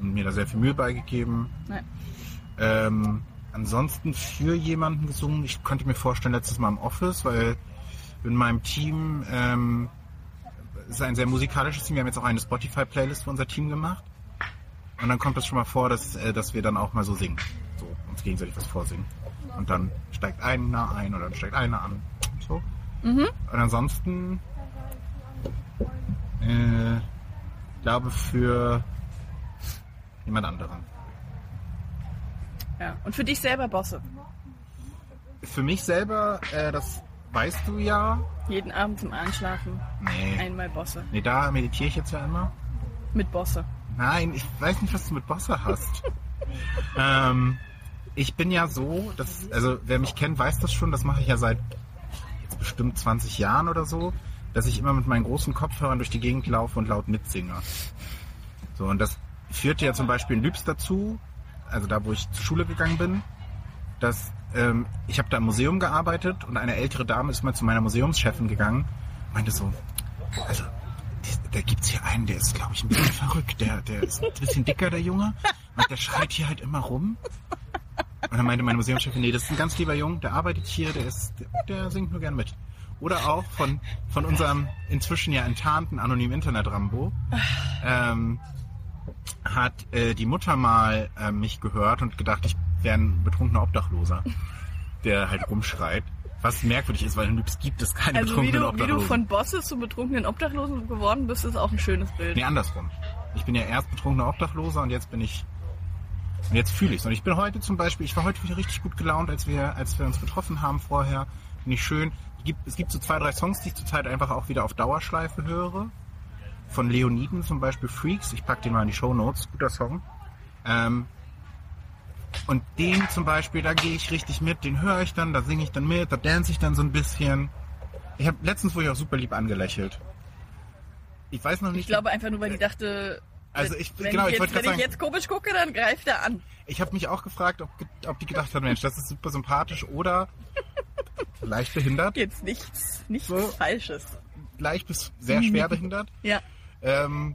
Speaker 1: und mir da sehr viel Mühe beigegeben.
Speaker 2: Nein.
Speaker 1: Ähm, ansonsten für jemanden gesungen. Ich könnte mir vorstellen, letztes Mal im Office, weil in meinem Team ähm, es ist ein sehr musikalisches Team. Wir haben jetzt auch eine Spotify-Playlist für unser Team gemacht. Und dann kommt es schon mal vor, dass, äh, dass wir dann auch mal so singen. So, uns gegenseitig was vorsingen. Und dann steigt einer ein oder dann steigt einer an. So. Und ansonsten, äh, ich glaube für jemand anderen.
Speaker 2: Ja. Und für dich selber, Bosse.
Speaker 1: Für mich selber, äh, das weißt du ja.
Speaker 2: Jeden Abend zum Einschlafen
Speaker 1: Nee.
Speaker 2: einmal Bosse.
Speaker 1: Nee, da meditiere ich jetzt ja immer.
Speaker 2: Mit Bosse.
Speaker 1: Nein, ich weiß nicht, was du mit Bosse hast. ähm, ich bin ja so, dass, also wer mich kennt, weiß das schon, das mache ich ja seit jetzt bestimmt 20 Jahren oder so, dass ich immer mit meinen großen Kopfhörern durch die Gegend laufe und laut mitsinge. So, und das führte ja zum Beispiel in Lübs dazu, also da, wo ich zur Schule gegangen bin, dass ähm, ich habe da im Museum gearbeitet und eine ältere Dame ist mal zu meiner Museumschefin gegangen und meinte so, also die- da gibt's hier einen, der ist, glaube ich, ein bisschen verrückt. Der, der ist ein bisschen dicker, der Junge. Und der schreit hier halt immer rum. Und dann meinte meine Museumschefin, nee, das ist ein ganz lieber Junge, der arbeitet hier, der ist, der, der singt nur gern mit. Oder auch von, von unserem inzwischen ja enttarnten anonymen Internet-Rambo ähm, hat äh, die Mutter mal äh, mich gehört und gedacht, ich wäre ein betrunkener Obdachloser, der halt rumschreit. Was merkwürdig ist, weil in Lübs gibt es keine
Speaker 2: Also wie
Speaker 1: betrunkenen
Speaker 2: du, wie
Speaker 1: Obdachlosen.
Speaker 2: du von Bosse zu betrunkenen Obdachlosen geworden bist, ist auch ein schönes Bild.
Speaker 1: Nee, andersrum. Ich bin ja erst betrunkener Obdachloser und jetzt bin ich. Und jetzt fühle ich's. Und ich bin heute zum Beispiel, ich war heute wieder richtig gut gelaunt, als wir, als wir uns getroffen haben vorher. Bin ich schön. Es gibt, es gibt so zwei, drei Songs, die ich zurzeit einfach auch wieder auf Dauerschleife höre. Von Leoniden zum Beispiel Freaks. Ich pack den mal in die Shownotes. Guter Song. Ähm, und den zum Beispiel, da gehe ich richtig mit, den höre ich dann, da singe ich dann mit, da dance ich dann so ein bisschen. Ich habe letztens wurde ich auch super lieb angelächelt. Ich weiß noch nicht.
Speaker 2: Ich glaube einfach nur, weil die dachte,
Speaker 1: Also ich-
Speaker 2: wenn
Speaker 1: genau,
Speaker 2: ich
Speaker 1: ich
Speaker 2: jetzt,
Speaker 1: wollte
Speaker 2: wenn
Speaker 1: gerade
Speaker 2: ich jetzt komisch gucke, dann greift er an.
Speaker 1: Ich habe mich auch gefragt, ob, ob die gedacht hat, Mensch, das ist super sympathisch oder leicht behindert,
Speaker 2: Jetzt nichts, nichts
Speaker 1: So.
Speaker 2: Falsches.
Speaker 1: leicht bis sehr schwer behindert.
Speaker 2: Ja.
Speaker 1: Ähm,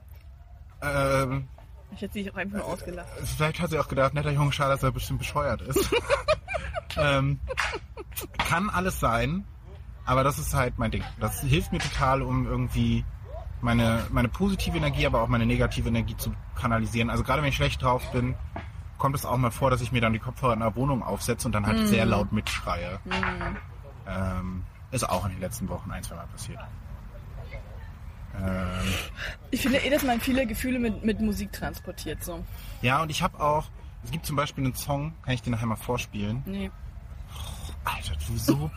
Speaker 1: ähm,
Speaker 2: Ich hätte dich auch einfach nur
Speaker 1: Also,
Speaker 2: ausgelacht.
Speaker 1: vielleicht hat sie auch gedacht, netter Junge, schade, dass er bestimmt bescheuert ist. ähm, kann alles sein, aber das ist halt mein Ding. Das hilft mir total, um irgendwie meine, meine positive Energie, aber auch meine negative Energie zu kanalisieren. Also gerade wenn ich schlecht drauf bin, kommt es auch mal vor, dass ich mir dann die Kopfhörer in der Wohnung aufsetze und dann halt sehr laut mitschreie. Ähm, ist auch in den letzten Wochen ein, zwei Mal passiert. Ähm,
Speaker 2: Ich finde eh, dass man viele Gefühle mit, mit Musik transportiert. So.
Speaker 1: Ja, und ich habe auch, es gibt zum Beispiel einen Song, kann ich dir nachher mal vorspielen.
Speaker 2: Nee.
Speaker 1: Alter, du so,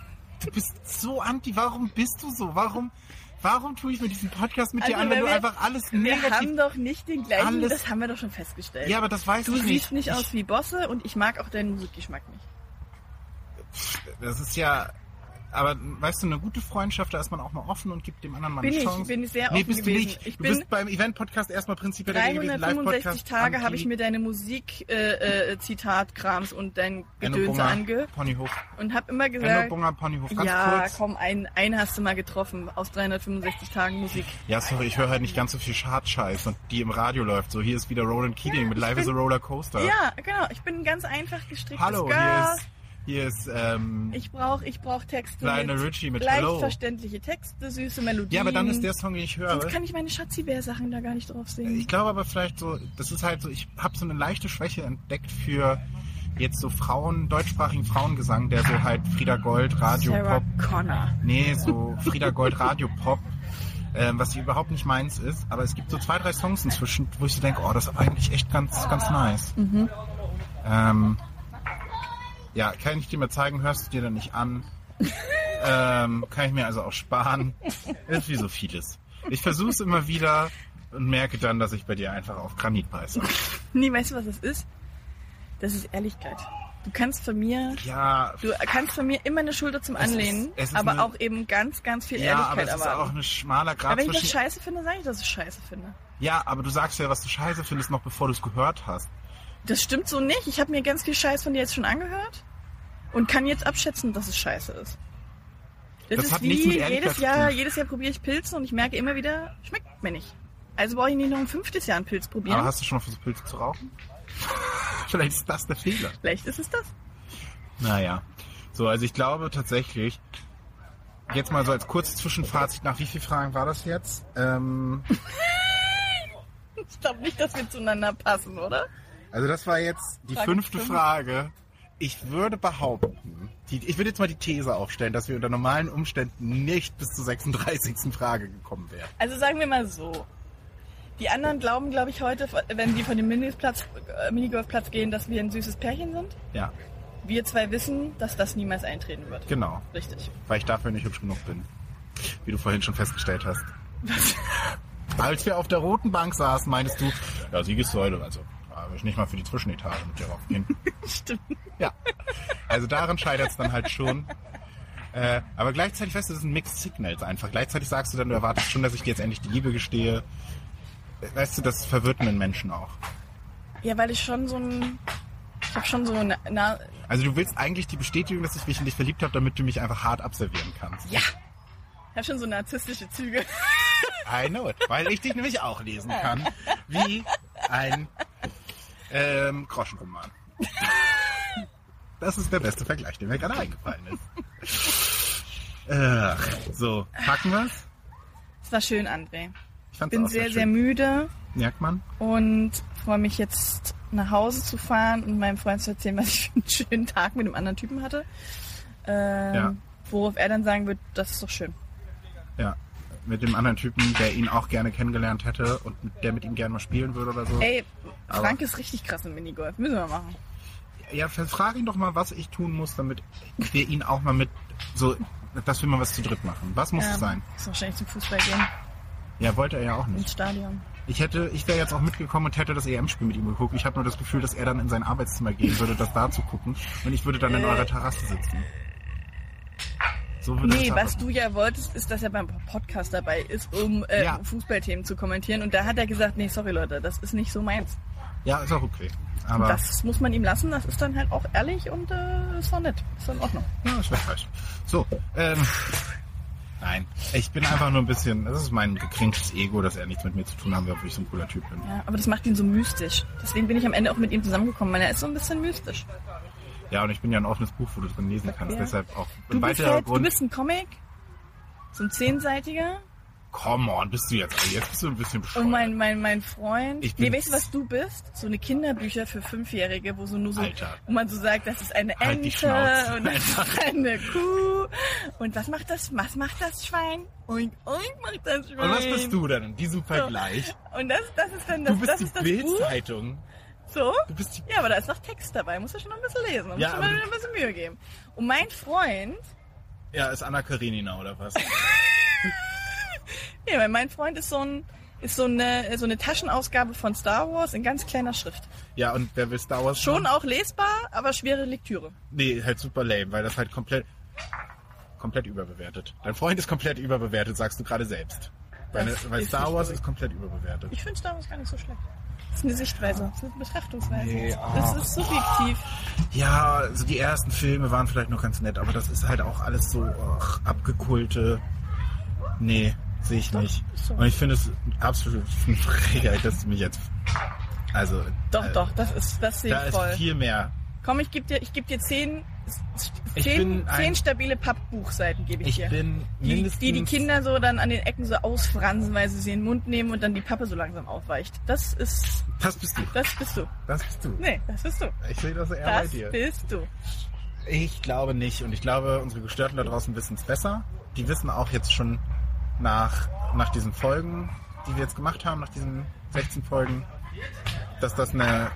Speaker 1: du bist so anti, warum bist du so? Warum, warum tue ich mir diesen Podcast mit dir
Speaker 2: Also,
Speaker 1: an, wenn
Speaker 2: wenn
Speaker 1: du
Speaker 2: wir-
Speaker 1: einfach alles
Speaker 2: Wir
Speaker 1: negativ...
Speaker 2: haben doch nicht den gleichen,
Speaker 1: Alles-
Speaker 2: das haben wir doch schon festgestellt.
Speaker 1: Ja, aber das weiß
Speaker 2: du
Speaker 1: ich nicht.
Speaker 2: siehst nicht aus wie Bosse und ich mag auch deinen Musikgeschmack nicht.
Speaker 1: Ich, das ist ja... Aber weißt du, eine gute Freundschaft, da ist man auch mal offen und gibt dem anderen mal
Speaker 2: Bin
Speaker 1: eine
Speaker 2: ich,
Speaker 1: Chance.
Speaker 2: bin ich sehr
Speaker 1: nee,
Speaker 2: offen
Speaker 1: bist
Speaker 2: gewesen.
Speaker 1: du nicht.
Speaker 2: Ich
Speaker 1: du
Speaker 2: bin-
Speaker 1: bist beim Event-Podcast erstmal prinzipiell der gewesen.
Speaker 2: 365
Speaker 1: Live-Podcast.
Speaker 2: Tage habe ich mir deine Musik, äh, äh, Zitat, Krams und dein Gedönse
Speaker 1: Gedönse
Speaker 2: angehört
Speaker 1: Ponyhof.
Speaker 2: und habe immer
Speaker 1: Enno
Speaker 2: gesagt,
Speaker 1: Bunger Ponyhof. Ganz
Speaker 2: ja,
Speaker 1: kurz.
Speaker 2: komm, einen, einen hast du mal getroffen aus 365 Tagen Musik.
Speaker 1: Ja, sorry, ich höre halt nicht ganz so viel Schadscheiß, und die im Radio läuft. So, hier ist wieder Roland Keating mit Live is a Roller Coaster.
Speaker 2: Ja, genau. Ich bin ein ganz einfach gestricktes
Speaker 1: Hallo,
Speaker 2: Girl.
Speaker 1: hier ist, hier ist ähm,
Speaker 2: Ich brauche ich brauch Texte
Speaker 1: Lionel
Speaker 2: mit
Speaker 1: Richie mit
Speaker 2: leicht
Speaker 1: Hello.
Speaker 2: verständliche Texte, süße Melodien.
Speaker 1: Ja, aber dann ist der Song, den ich höre.
Speaker 2: Sonst kann ich meine Schatzi-Bär-Sachen da gar nicht drauf singen.
Speaker 1: Ich glaube aber vielleicht so, das ist halt so, ich habe so eine leichte Schwäche entdeckt für jetzt so Frauen, deutschsprachigen Frauengesang, der so halt Frieda Gold, Radio
Speaker 2: Sarah
Speaker 1: Pop,
Speaker 2: Connor.
Speaker 1: Nee, so Frieda Gold Radio Pop, ähm, was überhaupt nicht meins ist. Aber es gibt so zwei, drei Songs inzwischen, wo ich so denke, oh, das ist aber eigentlich echt ganz, ganz nice. Ähm, ja, kann ich dir mal zeigen, hörst du dir dann nicht an. ähm, kann ich mir also auch sparen. Ist wie so vieles. Ich versuche es immer wieder und merke dann, dass ich bei dir einfach auf Granit beiße.
Speaker 2: Nee, weißt du, was das ist? Das ist Ehrlichkeit. Du kannst von mir,
Speaker 1: Ja,
Speaker 2: du kannst von mir immer eine Schulter zum
Speaker 1: Es ist-
Speaker 2: Anlehnen,
Speaker 1: es ist
Speaker 2: aber
Speaker 1: eine-
Speaker 2: auch eben ganz, ganz viel
Speaker 1: ja aber
Speaker 2: Ehrlichkeit
Speaker 1: es ist
Speaker 2: erwarten.
Speaker 1: auch ein schmaler Grad
Speaker 2: aber wenn ich
Speaker 1: zwischen
Speaker 2: das scheiße finde, sage ich, dass ich es scheiße finde.
Speaker 1: Ja, aber du sagst ja, was du scheiße findest, noch bevor du es gehört hast.
Speaker 2: Das stimmt so nicht. Ich habe mir ganz viel Scheiß von dir jetzt schon angehört und kann jetzt abschätzen, dass es scheiße ist. Das,
Speaker 1: Das
Speaker 2: ist
Speaker 1: hat
Speaker 2: wie
Speaker 1: nichts mit Ehrlichkeit
Speaker 2: jedes
Speaker 1: zu
Speaker 2: Jahr,
Speaker 1: tun.
Speaker 2: jedes Jahr probiere ich Pilze und ich merke immer wieder, schmeckt mir nicht. Also brauche ich nicht noch ein fünftes Jahr einen Pilz
Speaker 1: Aber
Speaker 2: probieren.
Speaker 1: hast du schon mal versucht, Pilze zu rauchen? (laughs) Vielleicht ist das der Fehler.
Speaker 2: Vielleicht ist es das. (laughs)
Speaker 1: Naja. So, also ich glaube tatsächlich, jetzt mal so als kurzes Zwischenfazit, nach wie vielen Fragen war das jetzt? Ähm,
Speaker 2: Ich glaube nicht, dass wir zueinander passen, oder?
Speaker 4: Also das war jetzt
Speaker 1: die
Speaker 2: Frage
Speaker 1: fünfte
Speaker 2: fünf.
Speaker 1: Frage. Ich würde behaupten, die, ich würde jetzt mal die These aufstellen, dass wir unter normalen Umständen nicht bis zur 36. Frage gekommen wären.
Speaker 2: Also sagen wir mal so. Die anderen glauben, glaube ich, heute, wenn die von dem Minigolfplatz, äh, Minigolfplatz gehen, dass wir ein süßes Pärchen sind.
Speaker 1: Ja,
Speaker 2: Wir zwei wissen, dass das niemals eintreten wird.
Speaker 1: genau.
Speaker 2: Richtig. (laughs)
Speaker 1: Weil ich dafür nicht hübsch genug bin. Wie du vorhin schon festgestellt hast. Als wir auf der roten Bank saßen, meintest du, ja, Siegessäule, also da will ich nicht mal für die Zwischenetage mit dir raufgehen.
Speaker 2: Stimmt.
Speaker 1: Ja. Also daran scheitert es dann halt schon. Äh, aber gleichzeitig, weißt du, das sind Mixed Signals einfach. Gleichzeitig sagst du dann, du erwartest schon, dass ich dir jetzt endlich die Liebe gestehe. Äh, Weißt du, das verwirrt einen Menschen auch.
Speaker 2: Ja, weil ich schon so ein. Ich habe schon so eine. Na,
Speaker 1: Also du willst eigentlich die Bestätigung, dass ich mich in dich verliebt habe, damit du mich einfach hart abservieren kannst.
Speaker 2: ja! Ich habe schon so narzisstische Züge.
Speaker 1: I know it, weil ich dich nämlich auch lesen kann. Wie ein ähm, Groschenroman. Das ist der beste Vergleich, der mir gerade eingefallen ist. Ach, so, packen wir's?
Speaker 2: Es war schön, André.
Speaker 1: Ich fand's
Speaker 2: Bin
Speaker 1: auch
Speaker 2: sehr, sehr
Speaker 1: schön.
Speaker 2: müde
Speaker 1: Merkt man?
Speaker 2: und freue mich jetzt nach Hause zu fahren und meinem Freund zu erzählen, (laughs) was ich für einen schönen Tag mit einem anderen Typen hatte. Ähm,
Speaker 1: Ja.
Speaker 2: Worauf er dann sagen wird, das ist doch schön.
Speaker 1: Ja. Mit dem anderen Typen, der ihn auch gerne kennengelernt hätte und mit- der mit ihm gerne mal spielen würde oder so.
Speaker 2: Ey,
Speaker 1: Aber-
Speaker 2: Frank ist richtig krass im Minigolf. Müssen wir machen.
Speaker 1: Ja, frag ihn doch mal, was ich tun muss, damit wir ihn auch mal mit so, dass wir mal was zu dritt machen. Was muss
Speaker 2: Ähm,
Speaker 1: es sein?
Speaker 2: Muss wahrscheinlich zum Fußball gehen,
Speaker 1: Ja, wollte er ja auch nicht.
Speaker 2: ins Stadion.
Speaker 1: Ich hätte, ich wäre jetzt auch mitgekommen und hätte das EM-Spiel mit ihm geguckt. Ich habe nur das Gefühl, dass er dann in sein Arbeitszimmer gehen würde, das da zu gucken. Und ich würde dann in eurer Terrasse sitzen. So würde
Speaker 2: Nee,
Speaker 1: das
Speaker 2: was
Speaker 1: ablaufen.
Speaker 2: du ja wolltest, ist, dass er beim Podcast dabei ist, um äh,
Speaker 1: Ja.
Speaker 2: Fußballthemen zu kommentieren. Und da hat er gesagt, nee, sorry Leute, das ist nicht so meins.
Speaker 1: Ja, ist auch okay. Aber
Speaker 2: Das muss man ihm lassen, das ist dann halt auch ehrlich und äh, ist auch nett. Ist in Ordnung.
Speaker 1: Ja, ist nicht falsch. So, ähm, nein. Ich bin einfach nur ein bisschen, das ist mein gekränktes Ego, dass er nichts mit mir zu tun haben will, obwohl ich so ein cooler Typ bin.
Speaker 2: Ja, aber das macht ihn so mystisch. Deswegen bin ich am Ende auch mit ihm zusammengekommen, weil er ist so ein bisschen mystisch.
Speaker 1: Ja, und ich bin ja ein offenes Buch, wo du drin lesen kannst.
Speaker 2: Ja.
Speaker 1: Deshalb auch
Speaker 2: Du
Speaker 1: ein
Speaker 2: bist,
Speaker 1: weiterer
Speaker 2: halt, du
Speaker 1: Grund.
Speaker 2: bist ein Comic, so ein zehnseitiger.
Speaker 1: Come on, bist du jetzt, jetzt bist du ein bisschen bescheuert.
Speaker 2: Und Oh mein, mein, mein Freund.
Speaker 1: Ich
Speaker 2: nee,
Speaker 1: bin-
Speaker 2: weißt du, was du bist? So eine Kinderbücher für Fünfjährige, wo so nur so,
Speaker 1: Alter.
Speaker 2: wo man so sagt, das ist eine
Speaker 1: Halt die
Speaker 2: Ente
Speaker 1: Schnauze,
Speaker 2: und das
Speaker 1: (laughs)
Speaker 2: ist eine Kuh. Und was macht das, was macht das Schwein? Oink, oink macht das Schwein.
Speaker 1: und was bist du dann in diesem Vergleich?
Speaker 2: Und das, das ist dann das,
Speaker 1: Du bist
Speaker 2: das
Speaker 1: die
Speaker 2: ist das Buch.
Speaker 1: Bild-Zeitung.
Speaker 2: So?
Speaker 1: Du bist die.
Speaker 2: Ja, aber da ist noch Text dabei. Muss ja schon noch ein bisschen lesen. Da muss
Speaker 1: Ja,
Speaker 2: schon
Speaker 1: aber
Speaker 2: mal
Speaker 1: du-
Speaker 2: ein bisschen Mühe geben. Und mein Freund,
Speaker 1: Ja, ist Anna Karenina oder was?
Speaker 2: nee, weil mein Freund ist so ein, ist so eine, so eine Taschenausgabe von Star Wars in ganz kleiner Schrift.
Speaker 1: Ja, und wer will Star Wars?
Speaker 2: Schon auch lesbar, aber schwere Lektüre.
Speaker 1: Nee, halt super lame, weil das halt komplett komplett überbewertet. Dein Freund ist komplett überbewertet, sagst du gerade selbst. Weil,
Speaker 2: Das
Speaker 1: weil
Speaker 2: ist
Speaker 1: Star
Speaker 2: nicht
Speaker 1: Wars
Speaker 2: gut.
Speaker 1: ist komplett überbewertet.
Speaker 2: Ich finde Star Wars gar nicht so schlecht. Das ist also. eine Sichtweise, das ist eine Betrachtungsweise.
Speaker 1: Nee, ah.
Speaker 2: das ist subjektiv.
Speaker 1: Ja, also die ersten Filme waren vielleicht noch ganz nett, aber das ist halt auch alles so ach, abgekulte. Nee, sehe ich nicht.
Speaker 2: ist so.
Speaker 1: Und ich finde es absolut (laughs) eine Frechheit, dass du mich jetzt. Also.
Speaker 2: Doch,
Speaker 1: äh,
Speaker 2: doch, das ist das sehe
Speaker 1: Da
Speaker 2: ich
Speaker 1: ist
Speaker 2: voll.
Speaker 1: viel mehr.
Speaker 2: Komm, ich gebe dir, ich geb dir zehn,
Speaker 1: Ich
Speaker 2: zehn,
Speaker 1: bin ein-
Speaker 2: zehn stabile Pappbuchseiten gebe ich,
Speaker 1: Ich
Speaker 2: dir.
Speaker 1: bin
Speaker 2: die,
Speaker 1: mindestens.
Speaker 2: die die Kinder so dann an den Ecken so ausfransen, weil sie sie in den Mund nehmen und dann die Pappe so langsam aufweicht. Das ist,
Speaker 1: Das bist du.
Speaker 2: das bist du.
Speaker 1: Das bist du.
Speaker 2: Nee, das bist du.
Speaker 1: Ich sehe das eher bei
Speaker 2: Das
Speaker 1: dir.
Speaker 2: bist du.
Speaker 1: Ich glaube nicht. Und ich glaube, unsere Gestörten da draußen wissen es besser. Die wissen auch jetzt schon nach, nach diesen Folgen, die wir jetzt gemacht haben, nach diesen 16 Folgen, dass das eine,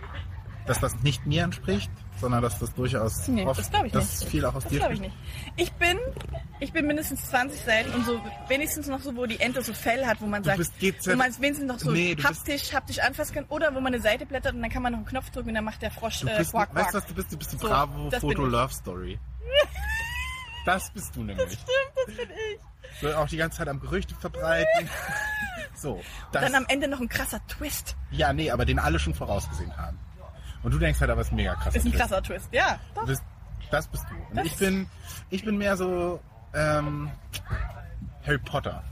Speaker 1: dass das nicht mir entspricht, sondern dass das durchaus
Speaker 2: Nee,
Speaker 1: oft,
Speaker 2: das glaube ich
Speaker 1: dass
Speaker 2: nicht.
Speaker 1: viel auch aus
Speaker 2: Das
Speaker 1: dir
Speaker 2: glaube ich
Speaker 1: spricht.
Speaker 2: nicht. Ich bin, ich bin mindestens 20 Seiten und so wenigstens noch so, wo die Ente so Fell hat, wo man
Speaker 1: Du
Speaker 2: sagt,
Speaker 1: bist GZ.
Speaker 2: wo man es wenigstens noch so
Speaker 1: Nee, du bist-
Speaker 2: haptisch, haptisch anfassen kann oder wo man eine Seite blättert und dann kann man noch einen Knopf drücken und dann macht der Frosch
Speaker 1: Du
Speaker 2: äh,
Speaker 1: bist, ne-
Speaker 2: Quack,
Speaker 1: weißt
Speaker 2: Quack.
Speaker 1: du, was du bist? Du bist die
Speaker 2: So,
Speaker 1: Bravo
Speaker 2: das bin
Speaker 1: Foto
Speaker 2: ich.
Speaker 1: Love
Speaker 2: (laughs)
Speaker 1: Story. Das bist du nämlich. Das stimmt, das bin ich. So, auch die ganze Zeit am Gerüchte
Speaker 2: (laughs)
Speaker 1: verbreiten. So, das,
Speaker 2: Dann am Ende noch ein krasser Twist.
Speaker 1: Ja, nee, aber den alle schon vorausgesehen haben. Und du denkst halt, aber es ist ein mega krass.
Speaker 2: Ist ein krasser Twist, ja. Doch.
Speaker 1: Das, das bist du. Und
Speaker 2: Das-
Speaker 1: ich bin, ich bin mehr so ähm, Harry Potter.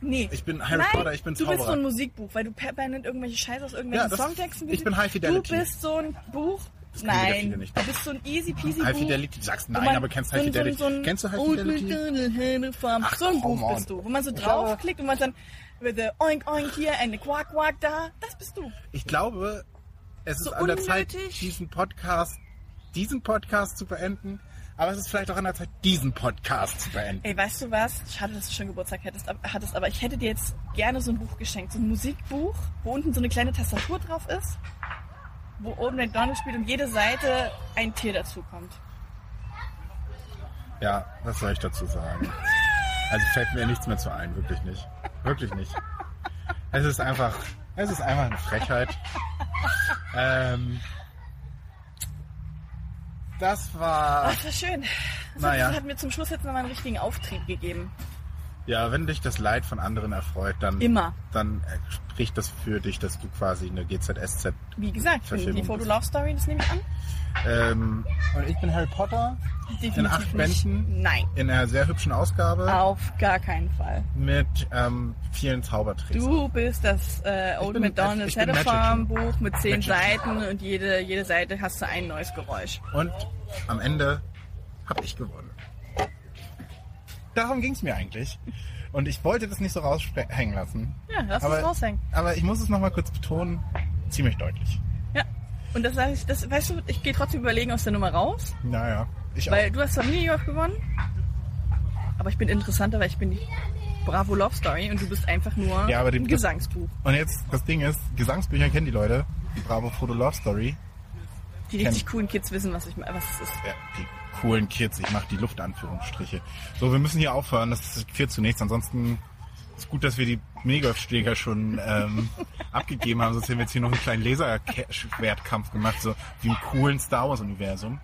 Speaker 2: Nee.
Speaker 1: Ich bin Harry
Speaker 2: Nein,
Speaker 1: Potter, ich bin
Speaker 2: Du bist
Speaker 1: Zauberer.
Speaker 2: so ein Musikbuch, weil du permanent irgendwelche Scheiße aus
Speaker 1: Ja,
Speaker 2: irgendwelchen
Speaker 1: das-
Speaker 2: Songtexten
Speaker 1: ich bin High Fidelity.
Speaker 2: Du bist so ein Buch.
Speaker 1: Das können wieder viele
Speaker 2: Nein,
Speaker 1: nicht.
Speaker 2: du bist so ein easy peasy
Speaker 1: High
Speaker 2: Buch.
Speaker 1: Fidelity, du sagst
Speaker 2: wo
Speaker 1: nein,
Speaker 2: man
Speaker 1: aber kennst High
Speaker 2: so ein- so ein-
Speaker 1: Fidelity.
Speaker 2: So ein,
Speaker 1: kennst du High
Speaker 2: Oh,
Speaker 1: Fidelity?
Speaker 2: little Hannah Farm.
Speaker 1: Ach,
Speaker 2: so ein
Speaker 1: come
Speaker 2: Buch
Speaker 1: on.
Speaker 2: bist du, wo man so
Speaker 1: Ich
Speaker 2: draufklickt und man dann mit der Oink Oink hier, eine Quack Quack da. Das bist du.
Speaker 1: Ich glaube, es ist
Speaker 2: So
Speaker 1: an der Zeit,
Speaker 2: unnötig.
Speaker 1: diesen Podcast, diesen Podcast zu beenden. Aber es ist vielleicht auch an der Zeit, diesen Podcast zu beenden.
Speaker 2: Ey, weißt du was? Schade, dass du schon Geburtstag hättest, ab- hattest, aber ich hätte dir jetzt gerne so ein Buch geschenkt. So ein Musikbuch, wo unten so eine kleine Tastatur drauf ist, wo oben McDonalds spielt und jede Seite ein Tier dazu kommt.
Speaker 1: Ja, was soll ich dazu sagen? Also fällt mir nichts mehr zu ein, wirklich nicht. Wirklich nicht. Es ist einfach, es ist einfach eine Frechheit. Ähm, das war,
Speaker 2: Das war schön. Das
Speaker 1: Naja.
Speaker 2: hat, das hat mir zum Schluss jetzt nochmal einen richtigen Auftrieb gegeben.
Speaker 1: ja, wenn dich das Leid von anderen erfreut, dann,
Speaker 2: Immer.
Speaker 1: dann äh, spricht das für dich, dass du quasi eine GZSZ.
Speaker 2: Wie gesagt, die, die
Speaker 1: Verfilmung
Speaker 2: Photo
Speaker 1: bist.
Speaker 2: Love Story, das nehme ich an.
Speaker 1: Ähm, und ich bin Harry Potter
Speaker 2: Definitiv
Speaker 1: in acht
Speaker 2: nicht.
Speaker 1: Bänden
Speaker 2: Nein.
Speaker 1: in einer sehr hübschen Ausgabe
Speaker 2: Auf gar keinen Fall.
Speaker 1: mit ähm, vielen Zaubertricks.
Speaker 2: Du bist das äh, Old
Speaker 1: bin- ich
Speaker 2: McDonald's
Speaker 1: bin
Speaker 2: Head
Speaker 1: Magic.
Speaker 2: Farm Buch mit zehn
Speaker 1: Magic.
Speaker 2: Seiten und jede, jede Seite hast du ein neues Geräusch.
Speaker 1: Und am Ende habe ich gewonnen. Darum ging es mir eigentlich. Und ich wollte das nicht so raushängen lassen.
Speaker 2: Ja, lass
Speaker 1: aber,
Speaker 2: es raushängen.
Speaker 1: Aber ich muss es nochmal kurz betonen, ziemlich deutlich.
Speaker 2: Ja. Und das sage ich, das weißt du, ich gehe trotzdem überlegen aus der Nummer raus,
Speaker 1: Naja, ich
Speaker 2: weil du hast zwar Minigolf gewonnen, aber ich bin interessanter, weil ich bin die Bravo Love Story und du bist einfach nur
Speaker 1: Ja, aber dem-
Speaker 2: ein Gesangsbuch.
Speaker 1: auch. Und jetzt, das Ding ist, Gesangsbücher kennen die Leute. Bravo Foto Love Story.
Speaker 2: Die richtig coolen Kids wissen, was ich me- was es ist.
Speaker 1: Ja, die coolen Kids, ich mache die Luftanführungsstriche. So, wir müssen hier aufhören, das führt zu nichts. Ansonsten ist gut, dass wir die Minigolfschläger schon ähm, abgegeben haben, sonst hätten wir jetzt hier noch einen kleinen Laserschwertkampf gemacht, so wie im coolen Star Wars-Universum.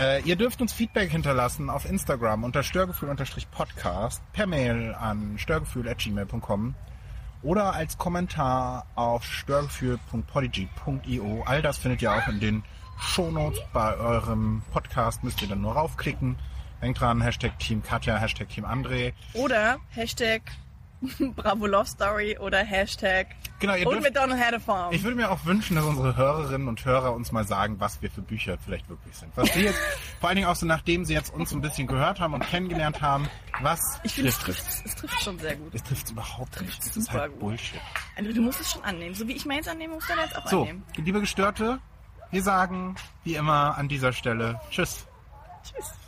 Speaker 1: Äh, ihr dürft uns Feedback hinterlassen auf Instagram unter störgefühl-podcast, per Mail an störgefühl.gmail.com oder als Kommentar auf störgefühl.podigy.io. All das findet ihr auch in den Shownotes bei eurem Podcast. Müsst ihr dann nur raufklicken. Denkt dran, Hashtag Team Katja, Hashtag Team André.
Speaker 2: Oder Hashtag (laughs) Bravo Love Story oder Hashtag
Speaker 1: Genau, ihr
Speaker 2: und
Speaker 1: dürft,
Speaker 2: mit Donald had a farm.
Speaker 1: ich würde mir auch wünschen, dass unsere Hörerinnen und Hörer uns mal sagen, was wir für Bücher vielleicht wirklich sind. Was sie
Speaker 2: (laughs)
Speaker 1: jetzt, vor allen Dingen auch so, nachdem sie jetzt uns ein bisschen gehört haben und kennengelernt haben, was
Speaker 2: Ich finde, es trifft, es trifft schon sehr gut.
Speaker 1: Es trifft überhaupt nicht. Das ist
Speaker 2: super
Speaker 1: halt
Speaker 2: gut.
Speaker 1: Bullshit.
Speaker 2: André, Also du musst es schon annehmen. So wie ich meins annehme, musst du deins auch
Speaker 1: So,
Speaker 2: annehmen.
Speaker 1: liebe Gestörte, wir sagen wie immer an dieser Stelle Tschüss.
Speaker 2: Tschüss.